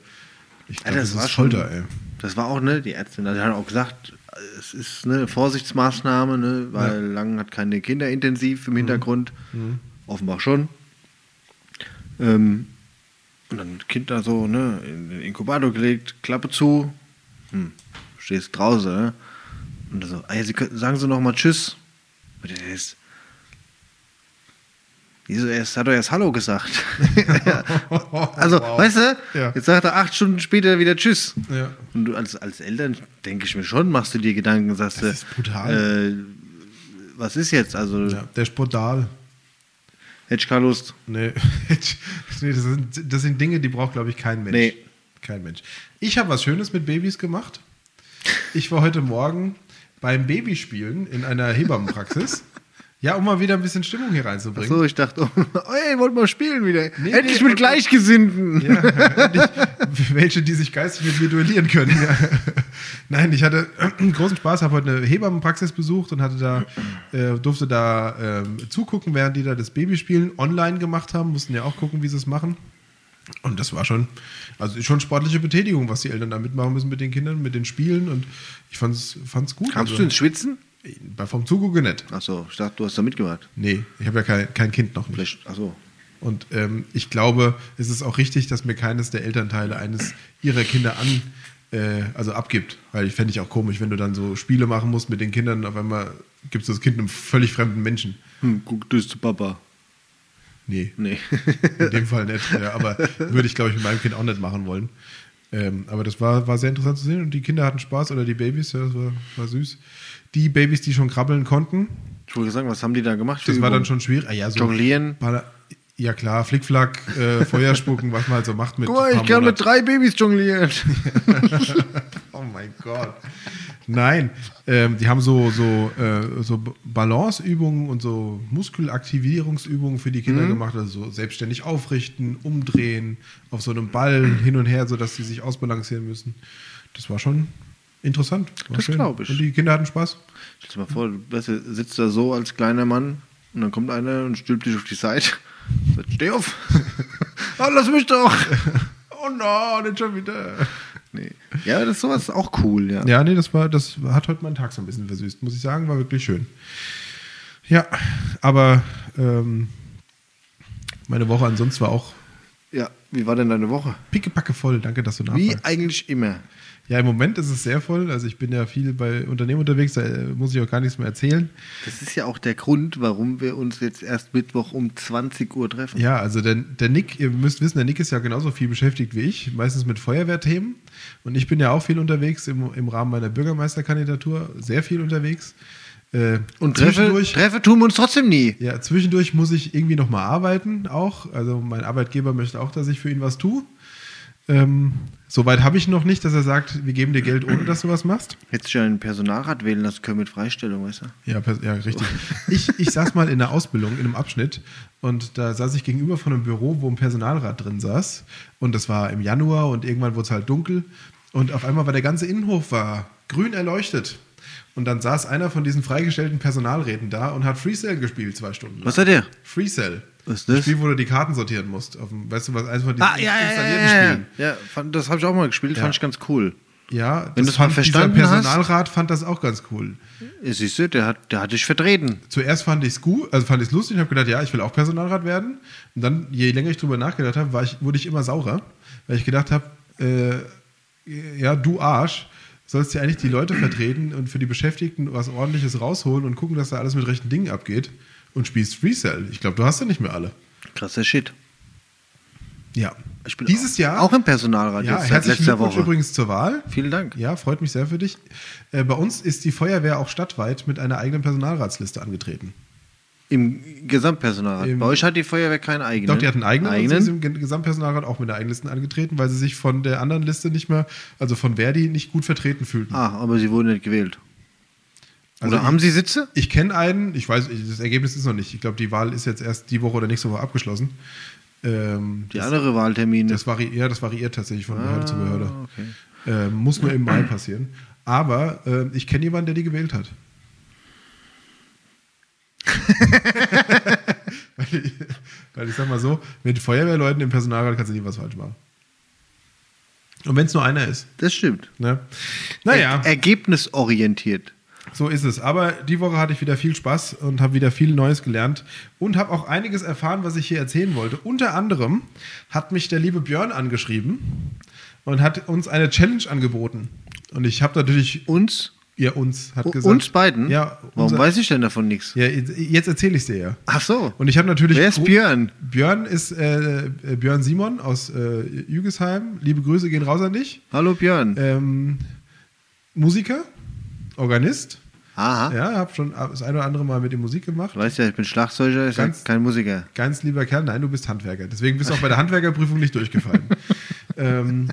[SPEAKER 2] ich glaube,
[SPEAKER 1] Alter,
[SPEAKER 2] das,
[SPEAKER 1] das war
[SPEAKER 2] ist Folter, ey.
[SPEAKER 1] schon. Das war auch, ne, die Ärztin. Also, die haben auch gesagt, es ist eine Vorsichtsmaßnahme, ne, weil
[SPEAKER 2] Ja. Mhm.
[SPEAKER 1] Langen hat keine Kinder intensiv im Hintergrund. Offenbar schon. Ähm, und dann Kind da so, ne, in den Inkubator gelegt, Klappe zu. Hm, stehst draußen, ne? Und dann so, ey, sie könnten, sagen Sie noch mal Tschüss. Und der ist, Wieso, er hat doch erst Hallo
[SPEAKER 2] <laughs>
[SPEAKER 1] gesagt. <laughs> also,
[SPEAKER 2] Wow.
[SPEAKER 1] weißt du,
[SPEAKER 2] Ja.
[SPEAKER 1] jetzt sagt er acht Stunden später wieder Tschüss.
[SPEAKER 2] Ja.
[SPEAKER 1] Und du als, als Eltern, denke ich mir schon, machst du dir Gedanken, sagst du,
[SPEAKER 2] Das ist
[SPEAKER 1] Äh,
[SPEAKER 2] brutal.
[SPEAKER 1] was ist jetzt? Also,
[SPEAKER 2] Ja, der Sportal.
[SPEAKER 1] hätte ich keine Lust.
[SPEAKER 2] Nee, <laughs> nee das, sind, das sind Dinge, die braucht, glaube ich, kein Mensch.
[SPEAKER 1] Nee.
[SPEAKER 2] Kein Mensch. Ich habe was Schönes mit Babys gemacht. Ich war heute Morgen beim Babyspielen in einer Hebammenpraxis. ja, um mal wieder ein bisschen Stimmung hier reinzubringen.
[SPEAKER 1] So, ich dachte, <laughs> oh, ey, wollt mal spielen wieder.
[SPEAKER 2] Nee,
[SPEAKER 1] Endlich mit
[SPEAKER 2] nee, und-
[SPEAKER 1] Gleichgesinnten.
[SPEAKER 2] Ja, endlich <laughs> welche, die sich geistig mit mir duellieren können. Ja. <laughs> Nein, ich hatte <clears throat> großen Spaß, habe heute eine Hebammenpraxis besucht und hatte da, äh, durfte da ähm, zugucken, während die da das Babyspielen online gemacht haben, mussten ja auch gucken, wie sie es machen. Und das war schon, also ist schon sportliche Betätigung, was die Eltern da mitmachen müssen mit den Kindern, mit den Spielen und ich fand's, fand's gut.
[SPEAKER 1] Kamst du
[SPEAKER 2] also,
[SPEAKER 1] ins Schwitzen?
[SPEAKER 2] bei vom Zugucken nicht.
[SPEAKER 1] Achso, ich dachte, du hast da mitgemacht.
[SPEAKER 2] Nee, ich habe ja kein, kein Kind noch nicht.
[SPEAKER 1] Vielleicht, achso.
[SPEAKER 2] Und ähm, ich glaube, es ist auch richtig, dass mir keines der Elternteile eines ihrer Kinder an, äh, also abgibt. Weil ich fände ich auch komisch, wenn du dann so Spiele machen musst mit den Kindern, auf einmal gibst du das Kind einem völlig fremden Menschen.
[SPEAKER 1] Hm, guck, du bist zu Papa.
[SPEAKER 2] Nee,
[SPEAKER 1] Nee. <laughs>
[SPEAKER 2] in dem Fall nicht. Ja, aber würde ich, glaube ich, mit meinem Kind auch nicht machen wollen. Ähm, aber das war, war sehr interessant zu sehen und die Kinder hatten Spaß oder die Babys, ja, das war, war süß. Die Babys, die schon krabbeln konnten,
[SPEAKER 1] ich wollte sagen, was haben die da gemacht? für
[SPEAKER 2] das war
[SPEAKER 1] Übungen?
[SPEAKER 2] dann schon schwierig. Ah, ja, so
[SPEAKER 1] Jonglieren.
[SPEAKER 2] Baller- Ja klar, Flickflack, äh, Feuerspucken, was man halt so macht mit
[SPEAKER 1] Guck mal,
[SPEAKER 2] ein
[SPEAKER 1] ich
[SPEAKER 2] paar
[SPEAKER 1] kann
[SPEAKER 2] Monaten.
[SPEAKER 1] mit drei Babys jonglieren.
[SPEAKER 2] Oh mein Gott. Nein, ähm, die haben so, so, äh, so B- Balanceübungen und so Muskelaktivierungsübungen für die Kinder gemacht, also so selbstständig aufrichten, umdrehen, auf so einem Ball hin und her, sodass sie sich ausbalancieren müssen. Das war schon interessant. War
[SPEAKER 1] Das
[SPEAKER 2] schön.
[SPEAKER 1] glaub ich.
[SPEAKER 2] Und die Kinder hatten Spaß.
[SPEAKER 1] Stell dir mal vor, du weißt du, sitzt da so als kleiner Mann und dann kommt einer und stülpt dich auf die Seite. Sagt, steh auf! <laughs> oh, lass mich doch! <laughs>
[SPEAKER 2] Oh no, nicht schon wieder.
[SPEAKER 1] Nee. Ja, das ist sowas auch cool, ja.
[SPEAKER 2] Ja, nee, das war, das hat heute meinen Tag so ein bisschen versüßt, muss ich sagen, war wirklich schön. Ja, aber ähm, meine Woche ansonsten war auch
[SPEAKER 1] Ja, wie war denn deine Woche?
[SPEAKER 2] pickepacke voll. Danke, dass du
[SPEAKER 1] Wie
[SPEAKER 2] nachfragst.
[SPEAKER 1] eigentlich immer.
[SPEAKER 2] Ja, im Moment ist es sehr voll. Also ich bin ja viel bei Unternehmen unterwegs, da äh, muss ich auch gar nichts mehr erzählen.
[SPEAKER 1] Das ist ja auch der Grund, warum wir uns jetzt erst Mittwoch um 20 Uhr treffen.
[SPEAKER 2] Ja, also der, der Nick, ihr müsst wissen, der Nick ist ja genauso viel beschäftigt wie ich, meistens mit Feuerwehrthemen. Und ich bin ja auch viel unterwegs im, im Rahmen meiner Bürgermeisterkandidatur, sehr viel unterwegs. Äh,
[SPEAKER 1] Und Treffe, Treffe tun wir uns trotzdem nie.
[SPEAKER 2] Ja, zwischendurch muss ich irgendwie nochmal arbeiten auch. Also mein Arbeitgeber möchte auch, dass ich für ihn was tue. Ähm, Soweit habe ich noch nicht, dass er sagt, wir geben dir Geld, ohne dass du was machst.
[SPEAKER 1] Hättest du ja einen Personalrat wählen lassen können mit Freistellung, weißt du?
[SPEAKER 2] Ja, pers- ja richtig. Ich, ich saß mal in der Ausbildung, in einem Abschnitt, und da saß ich gegenüber von einem Büro, wo ein Personalrat drin saß. Und das war im Januar und irgendwann wurde es halt dunkel. Und auf einmal war der ganze Innenhof war grün erleuchtet. Und dann saß einer von diesen freigestellten Personalräten da und hat Freestyle gespielt, zwei Stunden lang.
[SPEAKER 1] Was hat der?
[SPEAKER 2] Freestyle.
[SPEAKER 1] Was ist das?
[SPEAKER 2] Das Spiel, wo du die Karten sortieren musst. Auf dem, weißt du, was eins von diesen installierten Spielen.
[SPEAKER 1] Ah, ja. fand, das habe ich auch mal gespielt, fand ich ganz cool.
[SPEAKER 2] Ja,
[SPEAKER 1] Wenn
[SPEAKER 2] das
[SPEAKER 1] du's mal
[SPEAKER 2] fand, dieser
[SPEAKER 1] verstanden hast.
[SPEAKER 2] Personalrat fand das auch ganz cool.
[SPEAKER 1] Ja, Siehst du, der hat, der hat dich vertreten.
[SPEAKER 2] Zuerst fand ich es gut, also fand ich es lustig und habe gedacht, ja, ich will auch Personalrat werden. Und dann, je länger ich drüber nachgedacht habe, war ich, wurde ich immer saurer, weil ich gedacht habe, äh, ja, du Arsch, sollst ja eigentlich die Leute vertreten und für die Beschäftigten was Ordentliches rausholen und gucken, dass da alles mit rechten Dingen abgeht und spielst Freestyle. Ich glaube, du hast ja nicht mehr alle.
[SPEAKER 1] Krasser Shit.
[SPEAKER 2] Ja.
[SPEAKER 1] Ich bin
[SPEAKER 2] Dieses
[SPEAKER 1] auch,
[SPEAKER 2] Jahr
[SPEAKER 1] Auch im Personalrat
[SPEAKER 2] ja,
[SPEAKER 1] jetzt, seit
[SPEAKER 2] herzlichen
[SPEAKER 1] letzter
[SPEAKER 2] Glückwunsch
[SPEAKER 1] Woche.
[SPEAKER 2] übrigens zur Wahl.
[SPEAKER 1] Vielen Dank.
[SPEAKER 2] Ja, freut mich sehr für dich. Äh, bei uns ist die Feuerwehr auch stadtweit mit einer eigenen Personalratsliste angetreten.
[SPEAKER 1] Im Gesamtpersonalrat.
[SPEAKER 2] Im-
[SPEAKER 1] Bei euch hat die Feuerwehr keinen eigenen.
[SPEAKER 2] Doch, die hat einen eigenen, und sie ist im Gen- Gesamtpersonalrat auch mit einer eigenen Liste angetreten, weil sie sich von der anderen Liste nicht mehr, also von Verdi, nicht gut vertreten fühlten.
[SPEAKER 1] Ah, aber sie wurden nicht gewählt.
[SPEAKER 2] Also
[SPEAKER 1] Oder haben sie Sitze?
[SPEAKER 2] Ich kenne einen, ich weiß, ich- das Ergebnis ist noch nicht. Ich glaube, die Wahl ist jetzt erst die Woche oder nächste Woche abgeschlossen. Ähm,
[SPEAKER 1] Die andere Wahltermine.
[SPEAKER 2] das, vari ja, das variiert tatsächlich von Behörde zu Behörde.
[SPEAKER 1] okay.
[SPEAKER 2] Ähm, muss nur im Mai passieren. Aber ähm, ich kenne jemanden, der die gewählt hat. weil, ich, weil ich sag mal so, mit Feuerwehrleuten im Personalrat kannst du nie was falsch machen. Und wenn es nur einer ist.
[SPEAKER 1] Das stimmt.
[SPEAKER 2] Ne? Naja,
[SPEAKER 1] Er ergebnisorientiert.
[SPEAKER 2] so ist es. Aber die Woche hatte ich wieder viel Spaß und habe wieder viel Neues gelernt und habe auch einiges erfahren, was ich hier erzählen wollte. Unter anderem hat mich der liebe Björn angeschrieben und hat uns eine Challenge angeboten. Und ich habe natürlich
[SPEAKER 1] Uns?
[SPEAKER 2] ja, uns hat
[SPEAKER 1] U-
[SPEAKER 2] gesagt.
[SPEAKER 1] Uns beiden?
[SPEAKER 2] Ja,
[SPEAKER 1] Warum
[SPEAKER 2] unser-
[SPEAKER 1] weiß ich denn davon nichts?
[SPEAKER 2] ja jetzt- jetzt erzähle ich es dir ja.
[SPEAKER 1] Ach so.
[SPEAKER 2] Und ich habe natürlich.
[SPEAKER 1] Wer ist
[SPEAKER 2] gro-
[SPEAKER 1] Björn?
[SPEAKER 2] Björn ist äh, äh, Björn Simon aus äh, Jügesheim. Liebe Grüße gehen raus an dich.
[SPEAKER 1] Hallo Björn.
[SPEAKER 2] Ähm, Musiker, Organist.
[SPEAKER 1] Aha.
[SPEAKER 2] Ja, habe schon das ein oder andere Mal mit ihm Musik gemacht.
[SPEAKER 1] Du weißt ja, ich bin Schlagzeuger, ich
[SPEAKER 2] Ganz-
[SPEAKER 1] bin kein Musiker.
[SPEAKER 2] Ganz lieber Kerl, nein, du bist Handwerker. Deswegen bist du auch bei der Handwerkerprüfung
[SPEAKER 1] <laughs>
[SPEAKER 2] nicht durchgefallen. ähm,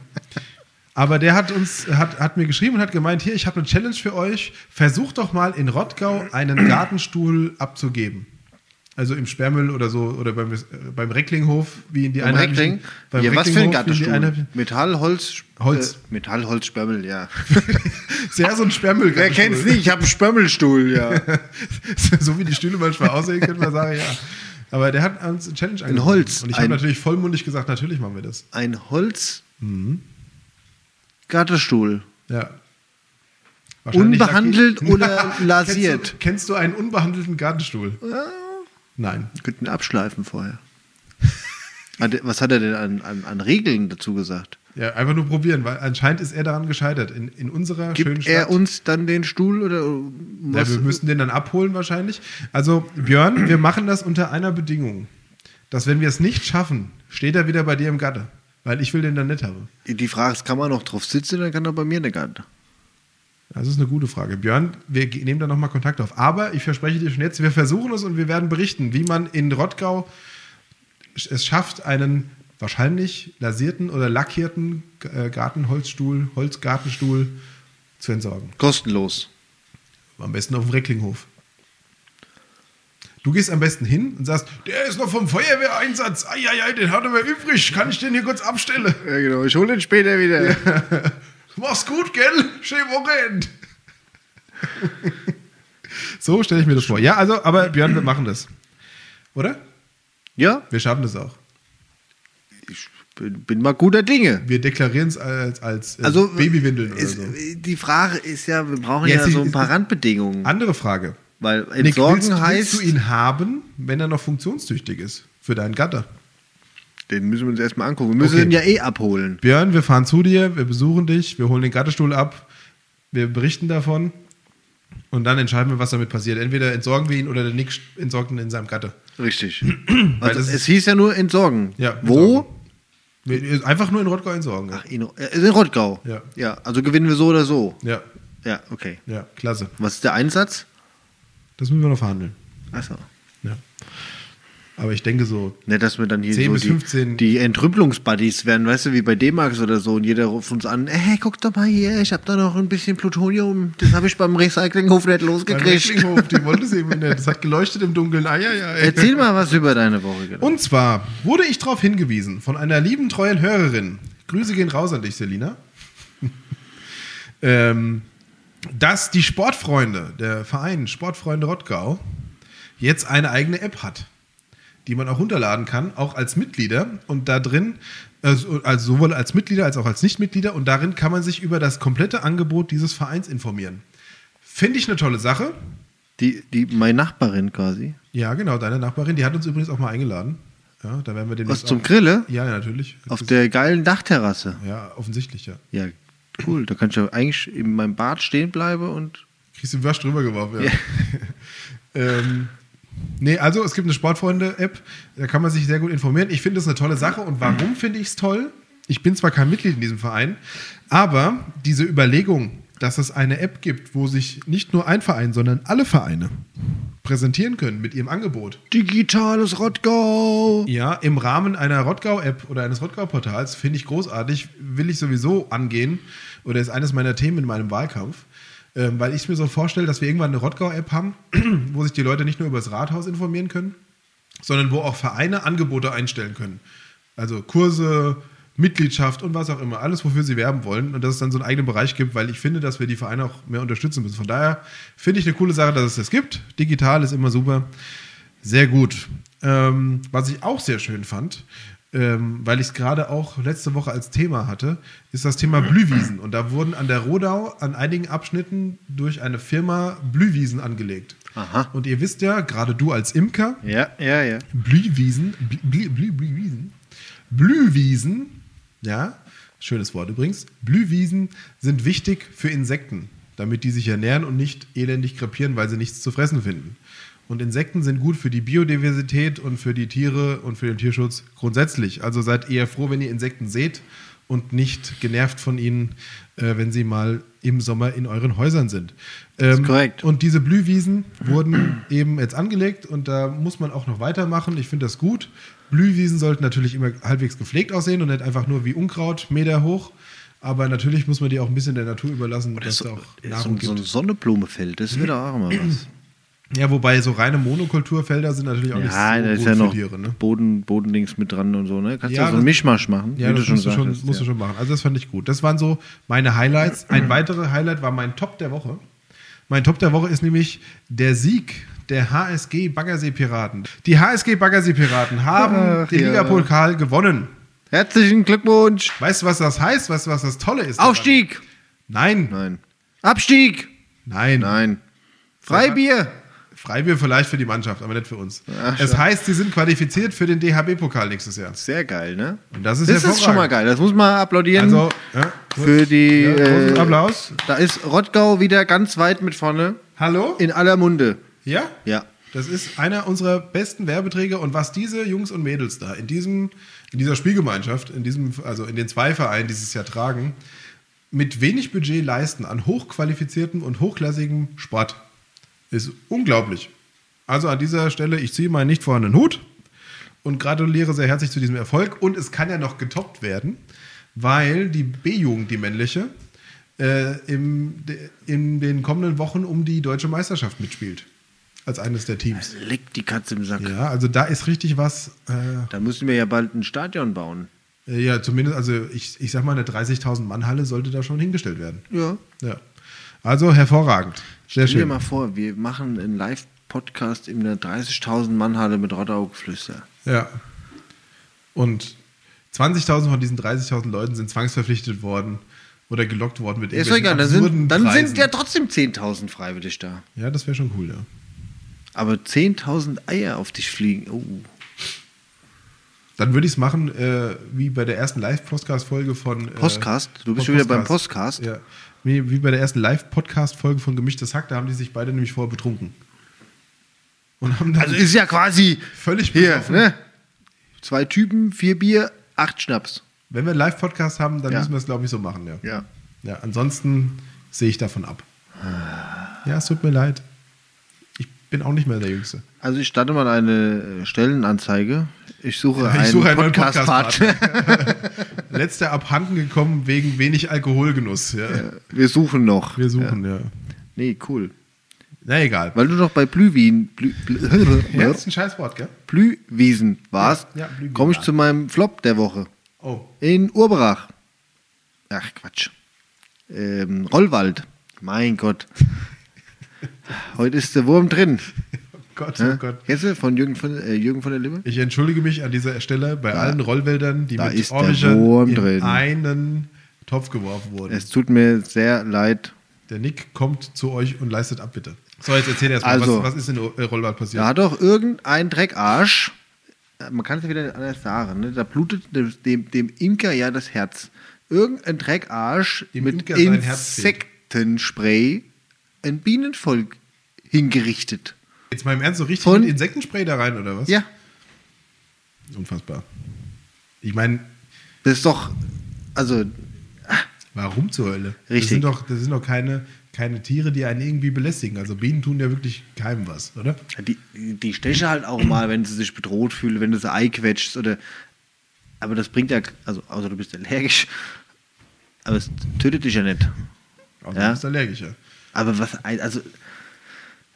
[SPEAKER 2] aber der hat uns, hat, hat mir geschrieben und hat gemeint, hier, ich habe eine Challenge für euch. Versucht doch mal in Rottgau einen Gartenstuhl abzugeben. Also im Sperrmüll oder so, oder beim, äh, beim Recklinghof, wie in die
[SPEAKER 1] Beim Reckling?
[SPEAKER 2] Beim
[SPEAKER 1] Ja, was für ein
[SPEAKER 2] Recklinghof, wie in die
[SPEAKER 1] Gartenstuhl?
[SPEAKER 2] Einheim-
[SPEAKER 1] Metall, Holz,
[SPEAKER 2] Holz.
[SPEAKER 1] Äh, Metall, Holz, Spermel, <laughs> ja.
[SPEAKER 2] Sehr so ein Sperrmüll.
[SPEAKER 1] Wer kennt's nicht? Ich habe einen Spermelstuhl, <laughs> ja.
[SPEAKER 2] <laughs> so wie die Stühle manchmal aussehen, könnte man sagen, ja. Aber der hat uns eine Challenge angeboten.
[SPEAKER 1] Holz,
[SPEAKER 2] Und ich habe
[SPEAKER 1] ein-
[SPEAKER 2] natürlich vollmundig gesagt, natürlich machen wir das.
[SPEAKER 1] Ein Holz, Mhm. Gartenstuhl.
[SPEAKER 2] Ja. Wahrscheinlich
[SPEAKER 1] Unbehandelt
[SPEAKER 2] lackiert.
[SPEAKER 1] oder lasiert?
[SPEAKER 2] <laughs> Kennst du, kennst du einen unbehandelten Gartenstuhl? Nein.
[SPEAKER 1] Könnten abschleifen <laughs> vorher. Hat er- Was hat er denn an, an, an Regeln dazu gesagt?
[SPEAKER 2] Ja, einfach nur probieren, weil anscheinend ist er daran gescheitert. In, in unserer schönen
[SPEAKER 1] Gibt
[SPEAKER 2] Stadt.
[SPEAKER 1] er uns dann den Stuhl oder
[SPEAKER 2] ja, wir
[SPEAKER 1] was?
[SPEAKER 2] müssen den dann abholen wahrscheinlich. Also Björn, wir machen das unter einer Bedingung. Dass wenn wir es nicht schaffen, steht er wieder bei dir im Gatte. Weil ich will den dann nicht haben.
[SPEAKER 1] Die Frage ist, kann man noch drauf sitzen, dann kann er bei mir eine Garten.
[SPEAKER 2] Das ist eine gute Frage. Björn, wir ge- nehmen da nochmal Kontakt auf. Aber ich verspreche dir schon jetzt, wir versuchen es und wir werden berichten, wie man in Rottgau sch- es schafft, einen wahrscheinlich lasierten oder lackierten G- äh, Gartenholzstuhl, Holzgartenstuhl zu entsorgen.
[SPEAKER 1] Kostenlos.
[SPEAKER 2] Am besten auf dem Recklinghof. Du gehst am besten hin und sagst, der ist noch vom Feuerwehreinsatz. Eieiei, den hat er mir übrig. Kann ich den hier kurz abstellen?
[SPEAKER 1] Ja, genau. Ich hole ihn später wieder.
[SPEAKER 2] Mach's gut, gell? Schönen Wochenende. so stelle ich mir das vor. Ja, also, aber Björn, wir machen das. Oder?
[SPEAKER 1] Ja,
[SPEAKER 2] Wir schaffen das auch.
[SPEAKER 1] ich bin, bin mal guter Dinge.
[SPEAKER 2] Wir deklarieren es als, als äh,
[SPEAKER 1] Also,
[SPEAKER 2] Babywindeln oder
[SPEAKER 1] ist, äh,
[SPEAKER 2] so.
[SPEAKER 1] Die Frage ist ja, wir brauchen
[SPEAKER 2] Ja,
[SPEAKER 1] ja,
[SPEAKER 2] es ist-
[SPEAKER 1] so ein paar
[SPEAKER 2] es-
[SPEAKER 1] Randbedingungen.
[SPEAKER 2] Andere Frage.
[SPEAKER 1] Weil
[SPEAKER 2] Nick,
[SPEAKER 1] entsorgen
[SPEAKER 2] willst,
[SPEAKER 1] heißt,
[SPEAKER 2] willst du ihn haben, wenn er noch funktionstüchtig ist? Für deinen Gatter.
[SPEAKER 1] den müssen wir uns erstmal angucken. Wir müssen
[SPEAKER 2] Okay.
[SPEAKER 1] ihn ja eh abholen.
[SPEAKER 2] Björn, wir fahren zu dir, wir besuchen dich, wir holen den Gattestuhl ab, wir berichten davon und dann entscheiden wir, was damit passiert. Entweder entsorgen wir ihn oder der Nick entsorgt ihn in seinem Gatte.
[SPEAKER 1] Richtig.
[SPEAKER 2] <clears throat> Weil
[SPEAKER 1] Weil
[SPEAKER 2] das
[SPEAKER 1] es,
[SPEAKER 2] ist-
[SPEAKER 1] hieß ja nur entsorgen.
[SPEAKER 2] Ja,
[SPEAKER 1] Wo?
[SPEAKER 2] Wir, einfach nur in Rottgau entsorgen.
[SPEAKER 1] Ach, in, äh, in Rottgau.
[SPEAKER 2] Ja.
[SPEAKER 1] ja. Also gewinnen wir so oder so.
[SPEAKER 2] Ja,
[SPEAKER 1] Ja, okay.
[SPEAKER 2] ja, klasse.
[SPEAKER 1] Was ist der Einsatz?
[SPEAKER 2] Das müssen wir noch verhandeln.
[SPEAKER 1] Achso.
[SPEAKER 2] Ja. Aber ich denke so,
[SPEAKER 1] Nicht, dass wir dann hier
[SPEAKER 2] 10
[SPEAKER 1] so
[SPEAKER 2] bis
[SPEAKER 1] die,
[SPEAKER 2] 15.
[SPEAKER 1] die Entrümpelungsbuddies werden, weißt du, wie bei D-Max oder so. Und jeder ruft uns an, hey, guck doch mal hier, ich habe da noch ein bisschen Plutonium. Das habe ich beim Recyclinghof nicht
[SPEAKER 2] beim
[SPEAKER 1] losgekriegt.
[SPEAKER 2] Recklinghhof, die wollte es eben nicht. Das hat geleuchtet im Dunkeln. Ah, ja, ja, ey.
[SPEAKER 1] Erzähl mal was über deine Woche. Genau.
[SPEAKER 2] Und zwar wurde ich darauf hingewiesen von einer lieben, treuen Hörerin. Grüße gehen raus an dich, Selina. <laughs> ähm, dass die Sportfreunde, der Verein Sportfreunde Rottgau, jetzt eine eigene App hat, die man auch runterladen kann, auch als Mitglieder. Und da drin, also also sowohl als Mitglieder als auch als Nichtmitglieder, und darin kann man sich über das komplette Angebot dieses Vereins informieren. Finde ich eine tolle Sache.
[SPEAKER 1] Die, die, meine Nachbarin quasi.
[SPEAKER 2] Ja, genau, deine Nachbarin, die hat uns übrigens auch mal eingeladen. Ja, da werden wir den
[SPEAKER 1] Was zum Grille?
[SPEAKER 2] Ja, ja, natürlich.
[SPEAKER 1] Auf der geilen Dachterrasse.
[SPEAKER 2] ja, offensichtlich, ja.
[SPEAKER 1] Ja, cool. Da kann ich ja eigentlich in meinem Bad stehen bleiben und.
[SPEAKER 2] Kriegst du den Wasch drüber geworfen, ja. <laughs> ähm, nee, also es gibt eine Sportfreunde-App, da kann man sich sehr gut informieren. Ich finde das eine tolle Sache und warum finde ich es toll? Ich bin zwar kein Mitglied in diesem Verein, aber diese Überlegung, dass es eine App gibt, wo sich nicht nur ein Verein, sondern alle Vereine präsentieren können mit ihrem Angebot.
[SPEAKER 1] Digitales Rottgau!
[SPEAKER 2] Ja, im Rahmen einer Rottgau-App oder eines Rottgau-Portals finde ich großartig, will ich sowieso angehen oder ist eines meiner Themen in meinem Wahlkampf, ähm, weil ich mir so vorstelle, dass wir irgendwann eine Rottgau-App haben, <clears throat> wo sich die Leute nicht nur über das Rathaus informieren können, sondern wo auch Vereine Angebote einstellen können. Also Kurse, Mitgliedschaft und was auch immer, alles, wofür sie werben wollen und dass es dann so einen eigenen Bereich gibt, weil ich finde, dass wir die Vereine auch mehr unterstützen müssen. Von daher finde ich eine coole Sache, dass es das gibt. Digital ist immer super. Sehr gut. Ähm, was ich auch sehr schön fand, ähm, weil ich es gerade auch letzte Woche als Thema hatte, ist das Thema Blühwiesen. Und da wurden an der Rodau an einigen Abschnitten durch eine Firma Blühwiesen angelegt.
[SPEAKER 1] Aha.
[SPEAKER 2] Und ihr wisst ja, gerade du als Imker,
[SPEAKER 1] Ja, ja, ja.
[SPEAKER 2] Blühwiesen, Blü, Blü, Blühwiesen, Blühwiesen, ja, schönes Wort übrigens, Blühwiesen sind wichtig für Insekten, damit die sich ernähren und nicht elendig krepieren, weil sie nichts zu fressen finden. Und Insekten sind gut für die Biodiversität und für die Tiere und für den Tierschutz grundsätzlich. Also seid eher froh, wenn ihr Insekten seht und nicht genervt von ihnen, äh, wenn sie mal im Sommer in euren Häusern sind. Ähm,
[SPEAKER 1] korrekt.
[SPEAKER 2] Und diese Blühwiesen wurden eben jetzt angelegt und da muss man auch noch weitermachen. Ich finde das gut. Blühwiesen sollten natürlich immer halbwegs gepflegt aussehen und nicht einfach nur wie Unkraut, Meter hoch. Aber natürlich muss man die auch ein bisschen der Natur überlassen, dass
[SPEAKER 1] So,
[SPEAKER 2] da auch
[SPEAKER 1] so,
[SPEAKER 2] Nahrung
[SPEAKER 1] so
[SPEAKER 2] gibt. Mhm.
[SPEAKER 1] ein Sonnenblumefeld, das wäre doch auch mal
[SPEAKER 2] <clears throat>
[SPEAKER 1] was.
[SPEAKER 2] Ja, wobei so reine Monokulturfelder sind natürlich auch
[SPEAKER 1] ja, da
[SPEAKER 2] nicht
[SPEAKER 1] ist
[SPEAKER 2] so
[SPEAKER 1] ja
[SPEAKER 2] gut
[SPEAKER 1] noch
[SPEAKER 2] für Tiere. Ne?
[SPEAKER 1] Boden, Bodendings mit dran und so, ne? Kannst
[SPEAKER 2] Ja,
[SPEAKER 1] ja, so
[SPEAKER 2] das-
[SPEAKER 1] einen Mischmasch machen,
[SPEAKER 2] Ja, das musst, du schon,
[SPEAKER 1] sagtest,
[SPEAKER 2] musst du
[SPEAKER 1] ja. Mhm.
[SPEAKER 2] schon machen. Also das fand ich gut. Das waren so meine Highlights. Ein weiteres Highlight war mein Top der Woche. Mein Top der Woche ist nämlich der Sieg der HSG Baggersee Piraten. Die HSG Baggersee Piraten haben
[SPEAKER 1] Ach,
[SPEAKER 2] den
[SPEAKER 1] ja.
[SPEAKER 2] Ligapokal gewonnen.
[SPEAKER 1] Herzlichen Glückwunsch!
[SPEAKER 2] Weißt du, was das heißt? Weißt du, was das Tolle ist?
[SPEAKER 1] Aufstieg!
[SPEAKER 2] Nein,
[SPEAKER 1] Nein. Abstieg!
[SPEAKER 2] nein.
[SPEAKER 1] Nein. Freibier!
[SPEAKER 2] Freibier vielleicht für die Mannschaft, aber nicht für uns.
[SPEAKER 1] Ach,
[SPEAKER 2] es
[SPEAKER 1] schade.
[SPEAKER 2] heißt, sie sind qualifiziert für den DHB-Pokal nächstes Jahr.
[SPEAKER 1] Sehr geil, ne?
[SPEAKER 2] Und das ist
[SPEAKER 1] Das ist schon
[SPEAKER 2] hervorragend.
[SPEAKER 1] mal geil. Das muss man applaudieren.
[SPEAKER 2] Also, ja,
[SPEAKER 1] für die.
[SPEAKER 2] Ja, großen
[SPEAKER 1] äh,
[SPEAKER 2] Applaus.
[SPEAKER 1] Da ist Rottgau wieder ganz weit mit vorne.
[SPEAKER 2] Hallo?
[SPEAKER 1] In aller Munde.
[SPEAKER 2] Ja?
[SPEAKER 1] Ja.
[SPEAKER 2] Das ist einer unserer besten Werbeträger und was diese Jungs und Mädels da in diesem, in dieser Spielgemeinschaft, in diesem, also in den zwei Vereinen dieses Jahr tragen, mit wenig Budget leisten an hochqualifiziertem und hochklassigem Sport, ist unglaublich. Also an dieser Stelle, ich ziehe meinen nicht vorhandenen Hut und gratuliere sehr herzlich zu diesem Erfolg. Und es kann ja noch getoppt werden, weil die B-Jugend, die männliche, äh, im, de- in den kommenden Wochen um die deutsche Meisterschaft mitspielt. Als eines der Teams.
[SPEAKER 1] Leck die Katze im Sack.
[SPEAKER 2] Ja, also da ist richtig was. Äh,
[SPEAKER 1] Da müssen wir ja bald ein Stadion bauen.
[SPEAKER 2] äh, ja, zumindest, also ich, ich sag mal, eine 30.000 Mann-Halle sollte da schon hingestellt werden.
[SPEAKER 1] Ja.
[SPEAKER 2] Ja. Also hervorragend.
[SPEAKER 1] Stell
[SPEAKER 2] Sehr
[SPEAKER 1] dir
[SPEAKER 2] schön.
[SPEAKER 1] mal vor, wir machen einen Live-Podcast in der 30.000 Mann-Halle mit Rottaugeflüster.
[SPEAKER 2] Ja. Und 20.000 von diesen 30.000 Leuten sind zwangsverpflichtet worden oder gelockt worden mit
[SPEAKER 1] Ist doch egal, dann
[SPEAKER 2] absurden
[SPEAKER 1] sind, dann
[SPEAKER 2] Preisen.
[SPEAKER 1] sind ja trotzdem 10.000 freiwillig da.
[SPEAKER 2] Ja, das wäre schon cool, ja.
[SPEAKER 1] Aber 10.000 Eier auf dich fliegen. Oh.
[SPEAKER 2] Dann würde ich es machen, äh, wie bei der ersten Live-Podcast-Folge von. Äh,
[SPEAKER 1] Postcast? Du bist schon
[SPEAKER 2] von
[SPEAKER 1] wieder beim Postcast?
[SPEAKER 2] Ja. Wie, wie bei der ersten Live-Podcast-Folge von Gemischtes Hack, da haben die sich beide nämlich vorher betrunken. Und haben dann
[SPEAKER 1] Also ist ja quasi
[SPEAKER 2] völlig
[SPEAKER 1] hier,
[SPEAKER 2] besoffen.
[SPEAKER 1] ne? Zwei Typen, vier Bier, acht Schnaps.
[SPEAKER 2] Wenn wir einen Live-Podcast haben, dann
[SPEAKER 1] Ja.
[SPEAKER 2] müssen wir es, glaube ich, so machen, ja.
[SPEAKER 1] Ja.
[SPEAKER 2] Ja,
[SPEAKER 1] Ah.
[SPEAKER 2] ansonsten sehe ich davon ab. Ja, es tut mir leid. Ich bin auch nicht mehr der Jüngste.
[SPEAKER 1] Also ich starte mal eine äh, Stellenanzeige. Ich suche
[SPEAKER 2] Ich
[SPEAKER 1] einen
[SPEAKER 2] suche einen neuen
[SPEAKER 1] Podcast-Partner.
[SPEAKER 2] Letzter abhanden gekommen wegen wenig Alkoholgenuss. Ja.
[SPEAKER 1] <laughs> Wir suchen noch.
[SPEAKER 2] Wir suchen, ja.
[SPEAKER 1] Nee, cool.
[SPEAKER 2] Na egal.
[SPEAKER 1] Weil du noch bei Blühwien, Blü, <laughs> Blü,
[SPEAKER 2] Ja, ist ein scheiß Wort, gell?
[SPEAKER 1] Blühwiesen warst,
[SPEAKER 2] Ja, ja, Blühwiesen.
[SPEAKER 1] komme ich zu meinem Flop der Woche.
[SPEAKER 2] Oh.
[SPEAKER 1] In Urberach. Ach, Quatsch. Ähm, Rollwald. Mein
[SPEAKER 2] <laughs>
[SPEAKER 1] Gott. Heute ist der Wurm drin.
[SPEAKER 2] oh Gott, oh
[SPEAKER 1] Hä?
[SPEAKER 2] Gott.
[SPEAKER 1] Kennst du von Jürgen von, äh, Jürgen von der Lippe?
[SPEAKER 2] Ich entschuldige mich an dieser Stelle bei allen Rollwäldern, die
[SPEAKER 1] da
[SPEAKER 2] mit
[SPEAKER 1] ist der
[SPEAKER 2] Orbichern
[SPEAKER 1] Wurm
[SPEAKER 2] in
[SPEAKER 1] drin.
[SPEAKER 2] einen Topf geworfen wurden.
[SPEAKER 1] Es tut mir sehr leid.
[SPEAKER 2] Der Nick kommt zu euch und leistet Abbitte. So, jetzt erzähl erst mal,
[SPEAKER 1] Also.
[SPEAKER 2] was, was ist in O- äh, Rollwald passiert?
[SPEAKER 1] Da hat doch irgendein Dreckarsch, äh, man kann es ja wieder anders sagen, ne? da blutet dem- dem, dem Imker ja das Herz. Irgendein Dreckarsch
[SPEAKER 2] Dem
[SPEAKER 1] mit
[SPEAKER 2] Imker sein Herz fehlt.
[SPEAKER 1] Insektenspray ein Bienenvolk hingerichtet.
[SPEAKER 2] Jetzt mal im Ernst so richtig
[SPEAKER 1] Von-
[SPEAKER 2] mit Insektenspray da rein, oder was?
[SPEAKER 1] Ja,
[SPEAKER 2] Unfassbar. Ich meine,
[SPEAKER 1] das ist doch, also
[SPEAKER 2] warum zur Hölle? Das
[SPEAKER 1] Richtig.
[SPEAKER 2] sind doch, das sind doch keine, keine Tiere, die einen irgendwie belästigen. Also Bienen tun ja wirklich keinem was, oder?
[SPEAKER 1] die, die stechen halt auch mal, wenn sie sich bedroht fühlen, wenn du sie Ei quetschst oder, aber das bringt ja, also außer du bist allergisch, aber es tötet dich ja nicht.
[SPEAKER 2] Außer
[SPEAKER 1] Ja.
[SPEAKER 2] du bist allergischer.
[SPEAKER 1] Aber was, ein- also,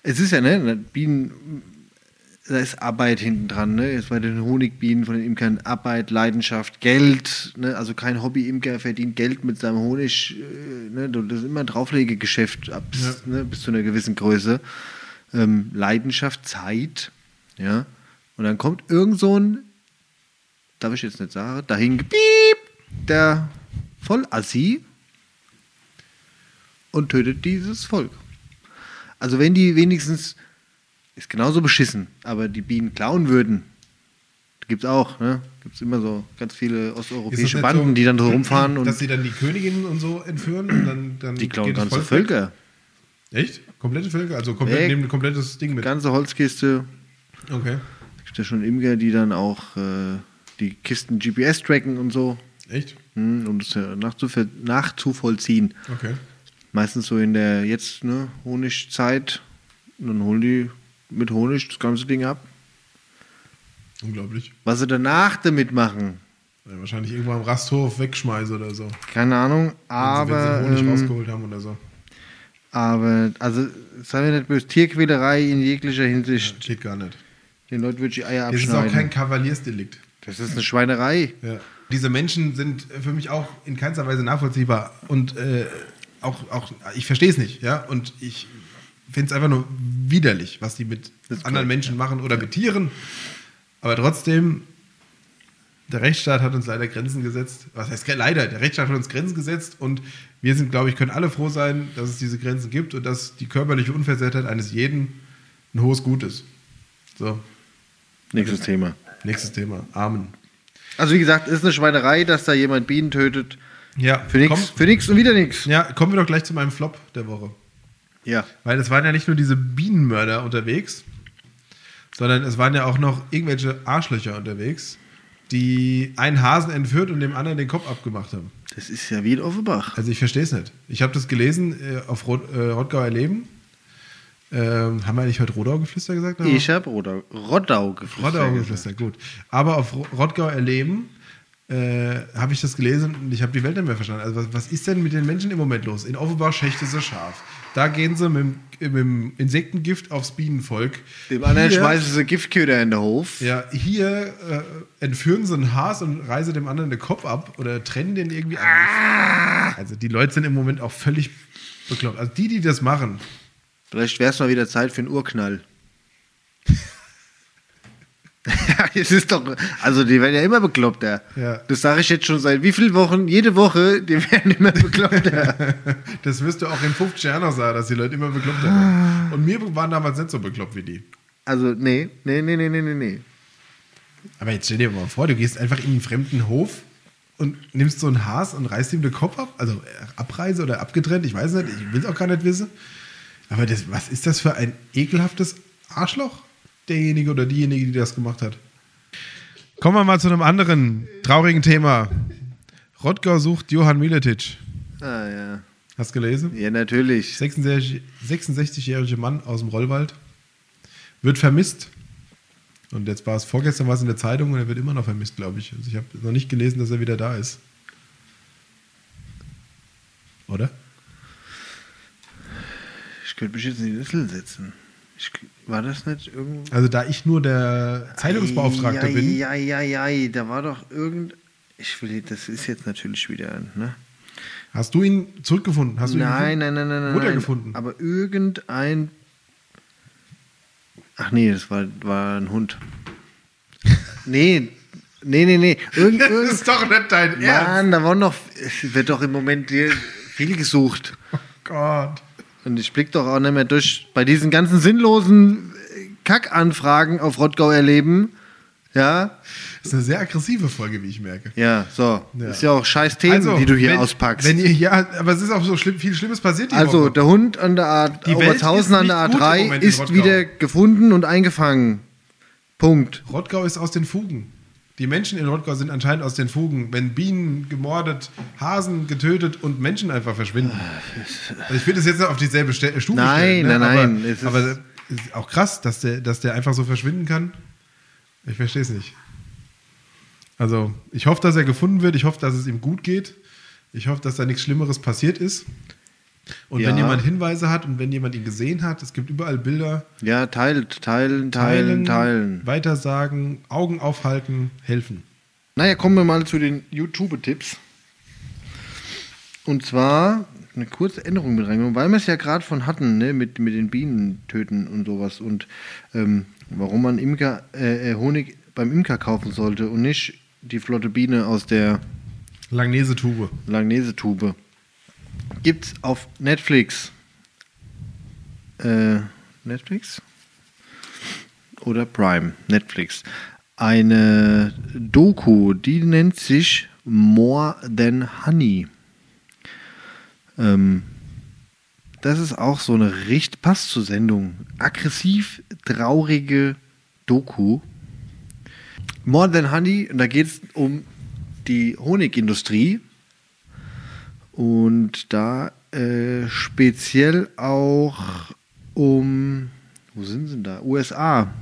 [SPEAKER 1] es ist ja, ne, Bienen, da ist Arbeit hinten dran, ne, jetzt bei den Honigbienen von den Imkern Arbeit, Leidenschaft, Geld, ne, also kein Hobby-Imker verdient Geld mit seinem Honig, äh, ne, Du- das ist immer ein Drauflegegeschäft ab, bis, ne, bis zu einer gewissen Größe. Ähm, Leidenschaft, Zeit, ja, und dann kommt irgend so ein, darf ich jetzt nicht sagen, dahin, piep, der Vollassi, und tötet dieses Volk. Also wenn die wenigstens, ist genauso beschissen, aber die Bienen klauen würden, gibt's auch, ne? Gibt's immer so ganz viele
[SPEAKER 2] Ist das
[SPEAKER 1] osteuropäische
[SPEAKER 2] nicht
[SPEAKER 1] Banden,
[SPEAKER 2] so,
[SPEAKER 1] die dann so
[SPEAKER 2] <clears throat>
[SPEAKER 1] rumfahren
[SPEAKER 2] Dass
[SPEAKER 1] und
[SPEAKER 2] sie dann die Königinnen und so entführen und dann, dann
[SPEAKER 1] die klauen
[SPEAKER 2] geht das
[SPEAKER 1] ganze
[SPEAKER 2] Volk weg?
[SPEAKER 1] Völker.
[SPEAKER 2] Echt? Komplette Völker? Also komplett,
[SPEAKER 1] Weg.
[SPEAKER 2] nehmen ein komplettes Ding mit.
[SPEAKER 1] Ganze Holzkiste.
[SPEAKER 2] Okay.
[SPEAKER 1] Gibt ja schon Imker, die dann auch äh, die Kisten GPS tracken und so,
[SPEAKER 2] Echt?
[SPEAKER 1] hm, um das ja nachzuver- nachzuvollziehen.
[SPEAKER 2] Okay.
[SPEAKER 1] Meistens so in der jetzt, ne, Honigzeit. Und dann holen die mit Honig das ganze Ding ab.
[SPEAKER 2] Unglaublich.
[SPEAKER 1] Was sie danach damit machen,
[SPEAKER 2] Ja, wahrscheinlich irgendwo am Rasthof wegschmeiße oder so. Wenn sie-
[SPEAKER 1] Keine Ahnung, aber,
[SPEAKER 2] wenn sie Honig
[SPEAKER 1] ähm,
[SPEAKER 2] rausgeholt haben oder so.
[SPEAKER 1] aber also, sei mir nicht böse, Tierquälerei in jeglicher Hinsicht.
[SPEAKER 2] Geht gar nicht.
[SPEAKER 1] Den Leuten würde ich die Eier
[SPEAKER 2] Es ist auch
[SPEAKER 1] abschneiden.
[SPEAKER 2] kein Kavaliersdelikt.
[SPEAKER 1] das ist eine Schweinerei.
[SPEAKER 2] Ja. Diese Menschen sind äh, für mich auch in keinster Weise nachvollziehbar und äh, auch, auch ich verstehe es nicht, ja, und ich finde es einfach nur widerlich, was die mit
[SPEAKER 1] Das ist
[SPEAKER 2] anderen
[SPEAKER 1] korrekt,
[SPEAKER 2] Menschen machen oder mit Tieren. Aber trotzdem, der Rechtsstaat hat uns leider Grenzen gesetzt. Was heißt gre- leider? Der Rechtsstaat hat uns Grenzen gesetzt und wir sind, glaube ich, können alle froh sein, dass es diese Grenzen gibt und dass die körperliche Unversehrtheit eines jeden ein hohes Gut ist. So,
[SPEAKER 1] Nächstes Thema.
[SPEAKER 2] nächstes Thema. Amen.
[SPEAKER 1] Also, wie gesagt, ist eine Schweinerei, dass da jemand Bienen tötet.
[SPEAKER 2] Ja,
[SPEAKER 1] Für nix, für nix und wieder nix.
[SPEAKER 2] Ja, kommen wir doch gleich zu meinem Flop der Woche.
[SPEAKER 1] Ja.
[SPEAKER 2] Weil es waren ja nicht nur diese Bienenmörder unterwegs, sondern es waren ja auch noch irgendwelche Arschlöcher unterwegs, die einen Hasen entführt und dem anderen den Kopf abgemacht haben.
[SPEAKER 1] Das ist ja wie in Offenbach.
[SPEAKER 2] Also ich verstehe es nicht. Ich habe das gelesen äh, auf Rot, äh, Rottgauer Leben. Ähm, haben wir eigentlich heute Rodau-Geflüster gesagt?
[SPEAKER 1] Ich habe Rodau, Roddau geflüstert.
[SPEAKER 2] Rottgauer Geflüster, gut. Aber auf Ro- Rottgauer Erleben äh, habe ich das gelesen und ich habe die Welt nicht mehr verstanden. Also, was, was ist denn mit den Menschen im Moment los? In Offenbach schächte sie scharf. Da gehen sie mit, dem- äh, mit dem Insektengift aufs Bienenvolk.
[SPEAKER 1] Dem anderen
[SPEAKER 2] Hier-
[SPEAKER 1] schmeißen sie Giftköder in den Hof.
[SPEAKER 2] Ja, hier äh, entführen sie einen Haas und reißen dem anderen den Kopf ab oder trennen den irgendwie an.
[SPEAKER 1] Ah!
[SPEAKER 2] Also, die Leute sind im Moment auch völlig bekloppt. Also, die, die das machen,
[SPEAKER 1] Vielleicht wäre es mal wieder Zeit für einen
[SPEAKER 2] <laughs>
[SPEAKER 1] Urknall. Ja, es ist doch, also die werden ja immer bekloppter.
[SPEAKER 2] Ja.
[SPEAKER 1] Das sage ich jetzt schon seit wie vielen Wochen? Jede Woche, die <laughs> werden immer bekloppter.
[SPEAKER 2] das wirst du auch in 50 Jahren noch sagen, dass die Leute immer bekloppt
[SPEAKER 1] Ah.
[SPEAKER 2] werden. Und mir waren damals nicht so bekloppt wie die.
[SPEAKER 1] also, nee, nee, nee, nee, nee, nee, nee.
[SPEAKER 2] Aber jetzt stell dir mal vor, du gehst einfach in einen fremden Hof und nimmst so einen Haas und reißt ihm den Kopf ab. Also äh, Abreise oder abgetrennt, ich weiß nicht, ich will es auch gar nicht wissen. Aber das, was ist das für ein ekelhaftes Arschloch, derjenige oder diejenige, die das gemacht hat? Kommen wir mal zu einem anderen traurigen Thema. Rottgau sucht Johann Miletic.
[SPEAKER 1] Ah, ja.
[SPEAKER 2] Hast du gelesen?
[SPEAKER 1] Ja, natürlich.
[SPEAKER 2] 66-jähriger Mann aus dem Rollwald Wird vermisst. Und jetzt war es vorgestern war es in der Zeitung und er wird immer noch vermisst, glaube ich. Also ich habe noch nicht gelesen, dass er wieder da ist. Oder?
[SPEAKER 1] Ich könnte mich jetzt in die Nüssel setzen. Ich, war das nicht irgendwo?
[SPEAKER 2] Also da ich nur der Zeitungsbeauftragte bin,
[SPEAKER 1] Ja, ja, ja, da war doch irgend. Ich will, das ist jetzt natürlich wieder, ne?
[SPEAKER 2] hast du ihn zurückgefunden? Hast du
[SPEAKER 1] Nein,
[SPEAKER 2] ihn
[SPEAKER 1] nein, nein, nein, nein.
[SPEAKER 2] Wurde er
[SPEAKER 1] nein.
[SPEAKER 2] gefunden?
[SPEAKER 1] Aber irgendein. Ach nee, das war, war ein Hund. Nee, nee, nee, nee.
[SPEAKER 2] <laughs>
[SPEAKER 1] Irgend,
[SPEAKER 2] <laughs> Das
[SPEAKER 1] irgend,
[SPEAKER 2] ist doch nicht dein Ernst.
[SPEAKER 1] Mann, da waren noch. Es wird doch im Moment hier viel gesucht.
[SPEAKER 2] Oh Gott.
[SPEAKER 1] Und ich blick doch auch nicht mehr durch bei diesen ganzen sinnlosen äh, Kackanfragen auf Rottgau erleben. Ja,
[SPEAKER 2] Das ist eine sehr aggressive Folge, wie ich merke.
[SPEAKER 1] ja, so.
[SPEAKER 2] Ja. Also,
[SPEAKER 1] Ist ja auch scheiß Themen, die du hier
[SPEAKER 2] wenn,
[SPEAKER 1] auspackst.
[SPEAKER 2] Wenn ihr, ja, aber es ist auch so schlimm, viel Schlimmes passiert die
[SPEAKER 1] also,
[SPEAKER 2] Woche.
[SPEAKER 1] der Hund an der A
[SPEAKER 2] Die Welt
[SPEAKER 1] Oberthausen
[SPEAKER 2] ist
[SPEAKER 1] an der
[SPEAKER 2] nicht gut im
[SPEAKER 1] A3
[SPEAKER 2] Moment in
[SPEAKER 1] ist
[SPEAKER 2] Rottgau.
[SPEAKER 1] wieder gefunden und eingefangen. Punkt.
[SPEAKER 2] Rottgau ist aus den Fugen. Die Menschen in Rottgau sind anscheinend aus den Fugen, wenn Bienen gemordet, Hasen getötet und Menschen einfach verschwinden.
[SPEAKER 1] Ah,
[SPEAKER 2] Also ich will das jetzt nicht auf dieselbe Ste Stufe
[SPEAKER 1] äh. Nein,
[SPEAKER 2] stellen. ne?
[SPEAKER 1] nein, nein,
[SPEAKER 2] Aber,
[SPEAKER 1] es ist-
[SPEAKER 2] aber es ist auch krass, dass der, dass der einfach so verschwinden kann. Ich verstehe es nicht. Also ich hoffe, dass er gefunden wird. Ich hoffe, dass es ihm gut geht. Ich hoffe, dass da nichts Schlimmeres passiert ist. Und
[SPEAKER 1] Ja.
[SPEAKER 2] wenn jemand Hinweise hat und wenn jemand ihn gesehen hat, es gibt überall Bilder,
[SPEAKER 1] Ja, teilt, teilen, teilen, teilen.
[SPEAKER 2] Weitersagen, Augen aufhalten, helfen.
[SPEAKER 1] Naja, kommen wir mal zu den YouTube-Tipps. Und zwar eine kurze Änderung mit reingenommen, weil wir es ja gerade von hatten, ne, mit, mit den Bienen töten und sowas und ähm, warum man Imker, äh, äh, Honig beim Imker kaufen sollte und nicht die flotte Biene aus der
[SPEAKER 2] Langnese-Tube.
[SPEAKER 1] Langnese-Tube. Gibt's auf Netflix. Äh, Netflix? Oder Prime? Netflix. Eine Doku, die nennt sich More Than Honey. Ähm, das ist auch so eine Richt passt zur Sendung. Aggressiv, traurige Doku. More Than Honey, und da geht es um die Honigindustrie und da äh, speziell auch um, wo sind sie denn da? USA.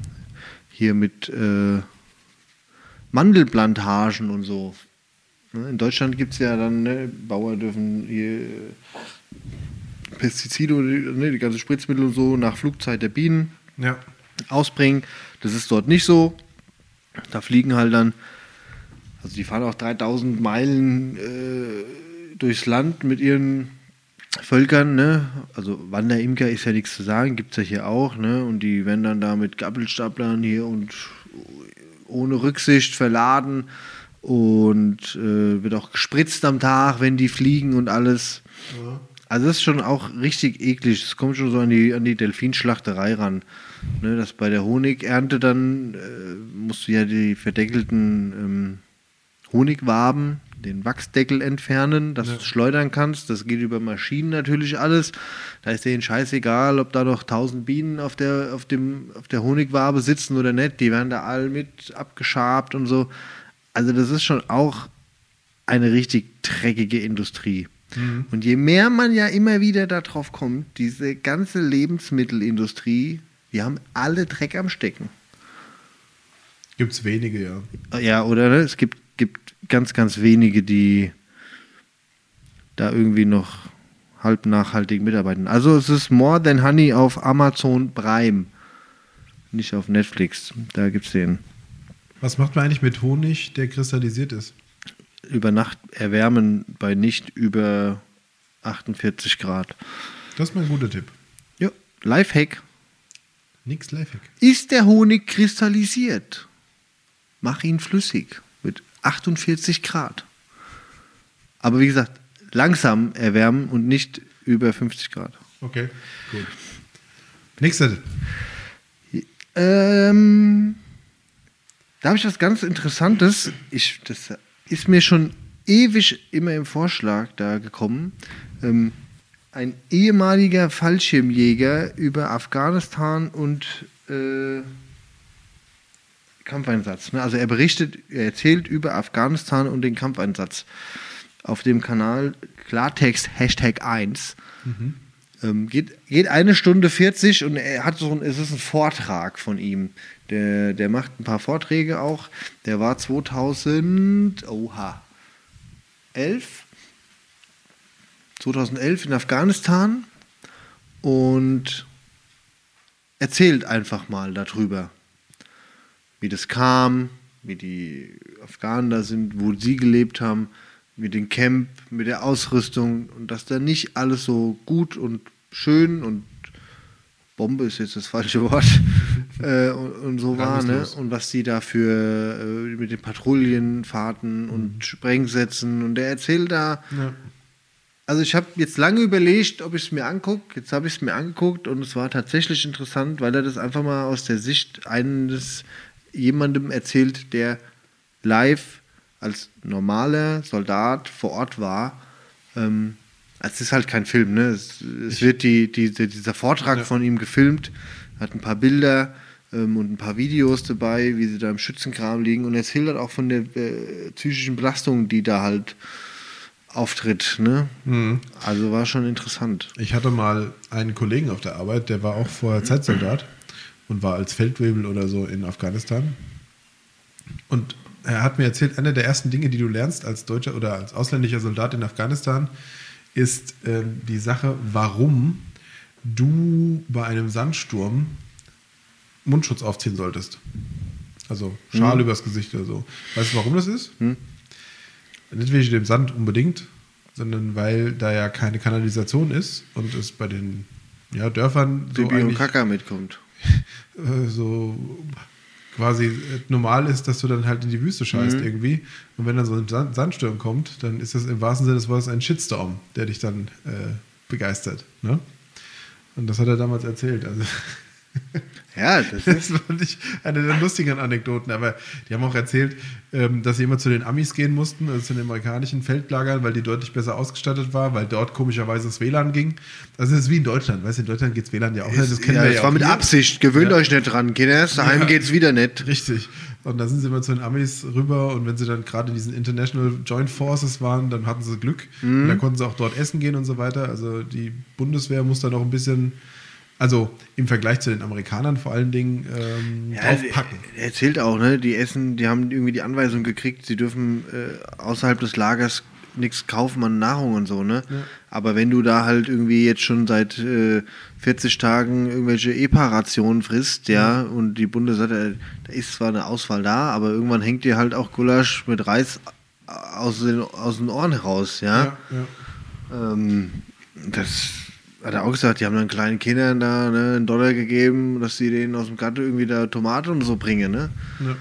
[SPEAKER 1] Hier mit äh, Mandelplantagen und so. Ne, In Deutschland gibt es ja dann, ne, Bauer dürfen hier äh, Pestizide und die- ne, die ganzen Spritzmittel und so nach Flugzeit der Bienen
[SPEAKER 2] Ja.
[SPEAKER 1] ausbringen. Das ist dort nicht so. Da fliegen halt dann, also die fahren auch 3000 Meilen äh, durchs Land mit ihren Völkern, ne? Also Wanderimker ist ja nichts zu sagen, gibt es ja hier auch, ne? Und die werden dann da mit Gabelstaplern hier und ohne Rücksicht verladen und äh, wird auch gespritzt am Tag, wenn die fliegen und alles. Also das ist schon auch richtig eklig. Das kommt schon so an die, an die Delfinschlachterei ran. Ne, dass bei der Honigernte dann äh, musst du ja die verdeckelten ähm, Honigwaben, den Wachsdeckel entfernen, dass du es schleudern kannst. Das geht über Maschinen natürlich alles. Da ist denen scheißegal, ob da noch tausend Bienen auf der, auf, dem, auf der Honigwabe sitzen oder nicht. Die werden da all mit abgeschabt und so. Also das ist schon auch eine richtig dreckige Industrie. Und je mehr man ja immer wieder darauf kommt, diese ganze Lebensmittelindustrie, wir haben alle Dreck am Stecken.
[SPEAKER 2] Gibt es wenige, ja.
[SPEAKER 1] Ja, oder? Ne? Es gibt, gibt ganz, ganz wenige, die da irgendwie noch halb nachhaltig mitarbeiten. Also es ist More Than Honey auf Amazon Prime, nicht auf Netflix. Da gibt es den.
[SPEAKER 2] Was macht man eigentlich mit Honig, der kristallisiert ist?
[SPEAKER 1] Über Nacht erwärmen bei nicht über 48 Grad.
[SPEAKER 2] Das ist mal ein guter Tipp.
[SPEAKER 1] Ja, Lifehack.
[SPEAKER 2] Nix Lifehack.
[SPEAKER 1] Ist der Honig kristallisiert? Mach ihn flüssig mit 48 Grad. Aber wie gesagt, langsam erwärmen und nicht über 50 Grad.
[SPEAKER 2] Okay, gut. Nächster Tipp.
[SPEAKER 1] Ähm, da habe ich was ganz Interessantes. Ich, das ist mir schon ewig immer im Vorschlag da gekommen. Ähm, ein ehemaliger Fallschirmjäger über Afghanistan und äh, Kampfeinsatz. Ne? Also er berichtet, er erzählt über Afghanistan und den Kampfeinsatz auf dem Kanal Klartext Hashtag 1. Ähm, geht, geht eine Stunde 40 und er hat so ein, es ist ein Vortrag von ihm. Der, der macht ein paar Vorträge auch. Der war 2000, oha, 11, 2011 in Afghanistan und erzählt einfach mal darüber, wie das kam, wie die Afghanen da sind, wo sie gelebt haben, mit dem Camp, mit der Ausrüstung und dass da nicht alles so gut und schön und Bombe ist jetzt das falsche Wort <laughs> äh, und, und so war, ne?
[SPEAKER 2] Ranglos.
[SPEAKER 1] Und was die da für äh, mit den Patrouillenfahrten und Sprengsätzen und der erzählt da
[SPEAKER 2] Ja.
[SPEAKER 1] also ich habe jetzt lange überlegt, ob ich es mir angucke. Jetzt habe ich es mir angeguckt und es war tatsächlich interessant, weil er das einfach mal aus der Sicht eines jemandem erzählt, der live als normaler Soldat vor Ort war. Ähm, also es ist halt kein Film, ne? Es, es wird die, die, die, dieser Vortrag
[SPEAKER 2] Ja.
[SPEAKER 1] von ihm gefilmt, hat ein paar Bilder ähm, und ein paar Videos dabei, wie sie da im Schützenkram liegen und erzählt halt auch von der äh, psychischen Belastung, die da halt auftritt, ne?
[SPEAKER 2] Mhm.
[SPEAKER 1] Also war schon interessant.
[SPEAKER 2] Ich hatte mal einen Kollegen auf der Arbeit, der war auch vorher Zeitsoldat und war als Feldwebel oder so in Afghanistan. Und er hat mir erzählt, eine der ersten Dinge, die du lernst als deutscher oder als ausländischer Soldat in Afghanistan, ist ähm, die Sache, warum du bei einem Sandsturm Mundschutz aufziehen solltest. Also Schal übers Gesicht oder so. Weißt du, warum das ist? Nicht wegen dem Sand unbedingt, sondern weil da ja keine Kanalisation ist und es bei den ja, Dörfern so,
[SPEAKER 1] Bibi und
[SPEAKER 2] eigentlich,
[SPEAKER 1] Kaka mitkommt.
[SPEAKER 2] äh, so quasi äh, normal ist, dass du dann halt in die Wüste scheißt
[SPEAKER 1] Mhm.
[SPEAKER 2] irgendwie. Und wenn dann so ein Sand Sandsturm kommt, dann ist das im wahrsten Sinne des Wortes ein Shitstorm, der dich dann äh, begeistert. Ne? Und das hat er damals erzählt. Also <laughs>
[SPEAKER 1] Ja, das ist
[SPEAKER 2] Das fand ich eine der lustigeren Anekdoten. Aber die haben auch erzählt, ähm, dass sie immer zu den Amis gehen mussten, also zu den amerikanischen Feldlagern, weil die deutlich besser ausgestattet war, weil dort komischerweise das WLAN ging. Also das ist wie in Deutschland. Weißt du, in Deutschland geht es WLAN ja auch. nicht. das kennen
[SPEAKER 1] ja,
[SPEAKER 2] wir
[SPEAKER 1] das
[SPEAKER 2] ja
[SPEAKER 1] war
[SPEAKER 2] auch
[SPEAKER 1] mit
[SPEAKER 2] hier.
[SPEAKER 1] Absicht. Gewöhnt
[SPEAKER 2] Ja.
[SPEAKER 1] euch nicht dran, Kinder. Daheim
[SPEAKER 2] Ja.
[SPEAKER 1] geht's wieder nicht.
[SPEAKER 2] Richtig. Und da sind sie immer zu den Amis rüber und wenn sie dann gerade in diesen International Joint Forces waren, dann hatten sie Glück.
[SPEAKER 1] Mhm.
[SPEAKER 2] Und da konnten sie auch dort essen gehen und so weiter. Also die Bundeswehr muss da noch ein bisschen, also im Vergleich zu den Amerikanern vor allen Dingen, ähm,
[SPEAKER 1] Ja, äh,
[SPEAKER 2] draufpacken.
[SPEAKER 1] er erzählt auch, ne? Die essen, die haben irgendwie die Anweisung gekriegt, sie dürfen äh, außerhalb des Lagers nichts kaufen an Nahrung und so, ne? Aber wenn du da halt irgendwie jetzt schon seit äh, 40 Tagen irgendwelche EPA-Rationen frisst, ja, und die Bunde sagt, äh, da ist zwar eine Auswahl da, aber irgendwann hängt dir halt auch Gulasch mit Reis äh, aus den, aus den Ohren heraus, ja.
[SPEAKER 2] ja.
[SPEAKER 1] Ähm, das hat er auch gesagt, die haben dann kleinen Kindern da ne, einen Dollar gegeben, dass sie denen aus dem Gatte irgendwie da Tomate und so bringen. Ne?
[SPEAKER 2] ja.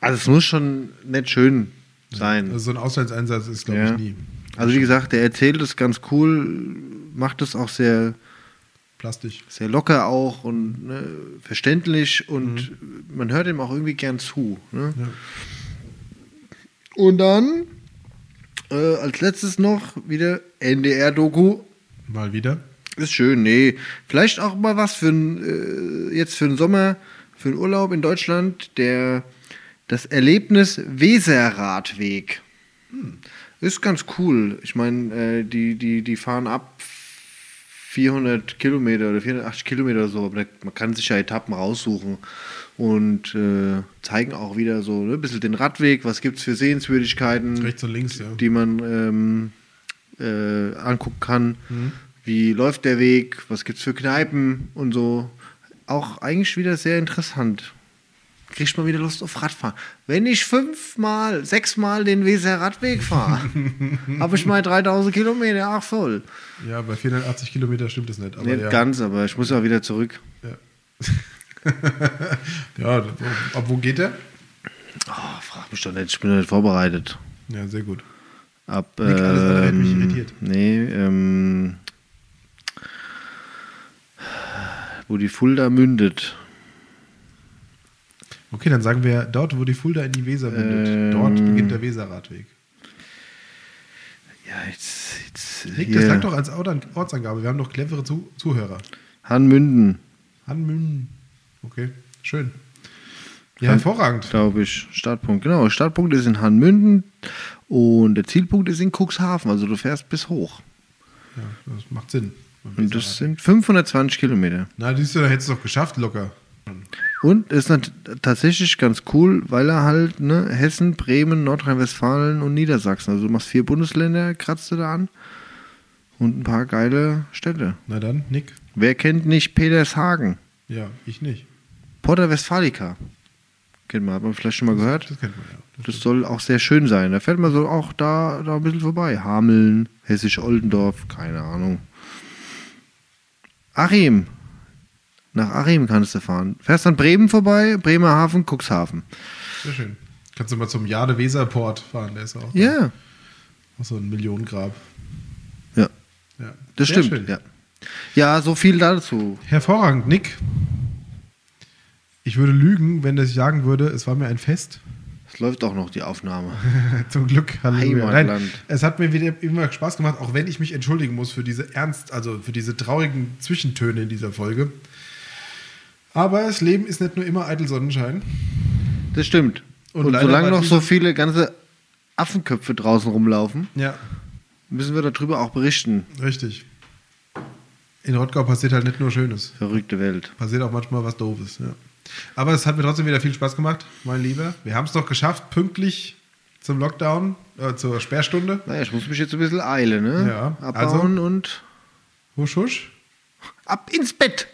[SPEAKER 1] Also es muss schon nicht schön sein.
[SPEAKER 2] Also so ein Auslandseinsatz ist, glaube
[SPEAKER 1] ja.
[SPEAKER 2] ich, nie.
[SPEAKER 1] Also wie gesagt, der erzählt es ganz cool, macht es auch sehr,
[SPEAKER 2] Plastisch.
[SPEAKER 1] sehr locker auch und ne, verständlich und man hört ihm auch irgendwie gern zu. Ne?
[SPEAKER 2] Mhm. Ja.
[SPEAKER 1] Und dann äh, als letztes noch wieder NDR-Doku
[SPEAKER 2] Mal wieder.
[SPEAKER 1] Ist schön, nee. Vielleicht auch mal was für n, äh, jetzt für den Sommer, für den Urlaub in Deutschland, der das Erlebnis Weserradweg. Hm, Ist ganz cool. Ich meine, äh, die, die, die fahren ab 400 Kilometer oder 480 Kilometer oder so. Aber da- man kann sich ja Etappen raussuchen und äh, zeigen auch wieder so ne, ein bisschen den Radweg, was gibt es für Sehenswürdigkeiten
[SPEAKER 2] Rechts und links, ja.
[SPEAKER 1] die man ähm, äh, angucken kann.
[SPEAKER 2] Mhm.
[SPEAKER 1] Wie läuft der Weg? Was gibt's für Kneipen und so? Auch eigentlich wieder sehr interessant. Kriegt man wieder Lust auf Radfahren. Wenn ich fünfmal, sechsmal den Weser Radweg
[SPEAKER 2] <laughs>
[SPEAKER 1] fahre, habe ich mal 3000 Kilometer. Ach voll.
[SPEAKER 2] ja, bei 480 Kilometer stimmt das nicht. Aber
[SPEAKER 1] Nicht
[SPEAKER 2] ja.
[SPEAKER 1] ganz, aber ich muss ja wieder zurück.
[SPEAKER 2] Ja, <laughs> ja wo, ab wo geht der?
[SPEAKER 1] Oh, frag mich doch nicht, ich bin noch nicht vorbereitet.
[SPEAKER 2] Ja, sehr gut.
[SPEAKER 1] Ab.
[SPEAKER 2] Liegt alles daran, hätte mich
[SPEAKER 1] ähm,
[SPEAKER 2] irritiert.
[SPEAKER 1] Nee, ähm. Wo die Fulda mündet.
[SPEAKER 2] Okay, dann sagen wir dort, wo die Fulda in die Weser mündet.
[SPEAKER 1] Ähm.
[SPEAKER 2] dort beginnt der Weserradweg.
[SPEAKER 1] Ja, jetzt. jetzt
[SPEAKER 2] Nick,
[SPEAKER 1] hier.
[SPEAKER 2] das lag doch als Ordan- Ortsangabe. Wir haben doch clevere Zu Zuhörer.
[SPEAKER 1] Hanmünden,
[SPEAKER 2] Hanmünden. Okay, schön. Ja,
[SPEAKER 1] Dann-
[SPEAKER 2] hervorragend.
[SPEAKER 1] glaube ich. Startpunkt. Genau, Startpunkt ist in Hanmünden und der Zielpunkt ist in Cuxhaven. Also du fährst bis hoch.
[SPEAKER 2] Ja, das macht Sinn.
[SPEAKER 1] Und das sind 520 Kilometer.
[SPEAKER 2] Na, siehst du, da hättest du doch geschafft, locker.
[SPEAKER 1] Und ist nat- tatsächlich ganz cool, weil er halt ne, Hessen, Bremen, Nordrhein-Westfalen und Niedersachsen, also du machst vier Bundesländer, kratzt du da an und ein paar geile Städte.
[SPEAKER 2] Na dann, Nick.
[SPEAKER 1] Wer kennt nicht Petershagen?
[SPEAKER 2] Ja, ich nicht.
[SPEAKER 1] Porta Westfalica. Kennt man, hat man vielleicht schon mal gehört.
[SPEAKER 2] Das kennt man ja. Das
[SPEAKER 1] Das soll auch sehr schön sein. Da fährt man so auch da, da ein bisschen vorbei. Hameln, Hessisch-Oldendorf, keine Ahnung. Achim. Nach Achim kannst du fahren. Fährst an Bremen vorbei, Bremerhaven, Cuxhaven.
[SPEAKER 2] ist sehr schön. Kannst du mal zum Jade-Weser-Port fahren, der ist auch.
[SPEAKER 1] Ja,
[SPEAKER 2] Auch so ein Millionengrab.
[SPEAKER 1] ja,
[SPEAKER 2] Ja.
[SPEAKER 1] das
[SPEAKER 2] Sehr schön.
[SPEAKER 1] stimmt. Ja. ja, so viel dazu.
[SPEAKER 2] Hervorragend, Nick. Ich würde lügen, wenn das sagen würde, es war mir ein Fest. <laughs>
[SPEAKER 1] Es läuft auch noch die Aufnahme.
[SPEAKER 2] Zum Glück, Halleluja.
[SPEAKER 1] Heimatland.
[SPEAKER 2] Nein, es hat mir wieder immer Spaß gemacht, auch wenn ich mich entschuldigen muss für diese ernst, also für diese traurigen Zwischentöne in dieser Folge. Aber das Leben ist nicht nur immer eitel Sonnenschein.
[SPEAKER 1] Das stimmt.
[SPEAKER 2] Und
[SPEAKER 1] Und,
[SPEAKER 2] leider
[SPEAKER 1] solange
[SPEAKER 2] war
[SPEAKER 1] noch
[SPEAKER 2] dieser-
[SPEAKER 1] so viele ganze Affenköpfe draußen rumlaufen,
[SPEAKER 2] Ja,
[SPEAKER 1] müssen wir darüber auch berichten.
[SPEAKER 2] richtig. In Rottgau passiert halt nicht nur Schönes.
[SPEAKER 1] Verrückte Welt.
[SPEAKER 2] Passiert auch manchmal was Doofes. Ja. Aber es hat mir trotzdem wieder viel Spaß gemacht, mein Lieber. Wir haben es doch geschafft, pünktlich zum Lockdown, äh, zur Sperrstunde.
[SPEAKER 1] Naja, ich muss mich jetzt ein bisschen eilen, ne?
[SPEAKER 2] Ja, also-
[SPEAKER 1] Abbauen und
[SPEAKER 2] Husch, husch.
[SPEAKER 1] ab ins Bett.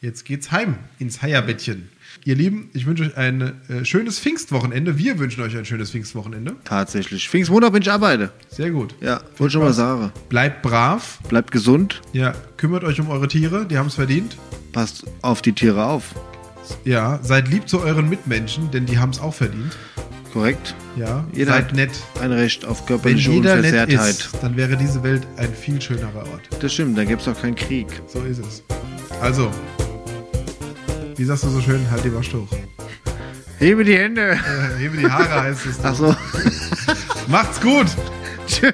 [SPEAKER 2] Jetzt geht's heim ins Heierbettchen. Ihr Lieben, ich wünsche euch ein äh, schönes Pfingstwochenende. Wir wünschen euch ein schönes Pfingstwochenende.
[SPEAKER 1] Tatsächlich. Pfingstmontag bin ich arbeite.
[SPEAKER 2] Sehr gut.
[SPEAKER 1] Ja, wollte schon mal sagen.
[SPEAKER 2] Bleibt brav.
[SPEAKER 1] Bleibt gesund,
[SPEAKER 2] Ja, kümmert euch um eure Tiere, die haben es verdient.
[SPEAKER 1] passt auf die Tiere auf.
[SPEAKER 2] Ja, seid lieb zu euren Mitmenschen, denn die haben es auch verdient.
[SPEAKER 1] Korrekt?
[SPEAKER 2] Ja,
[SPEAKER 1] Jeder
[SPEAKER 2] seid
[SPEAKER 1] hat
[SPEAKER 2] nett.
[SPEAKER 1] Ein Recht auf
[SPEAKER 2] Wenn
[SPEAKER 1] körperliche
[SPEAKER 2] jeder nett
[SPEAKER 1] Unversehrtheit.
[SPEAKER 2] ist, dann wäre diese Welt ein viel schönerer Ort.
[SPEAKER 1] Das stimmt, dann gäbe es auch keinen Krieg.
[SPEAKER 2] So ist es. Also, wie sagst du so schön, halt die Wasch hoch.
[SPEAKER 1] Hebe die Hände.
[SPEAKER 2] Äh, hebe die Haare heißt es.
[SPEAKER 1] Achso.
[SPEAKER 2] Macht's gut!
[SPEAKER 1] Tschüss.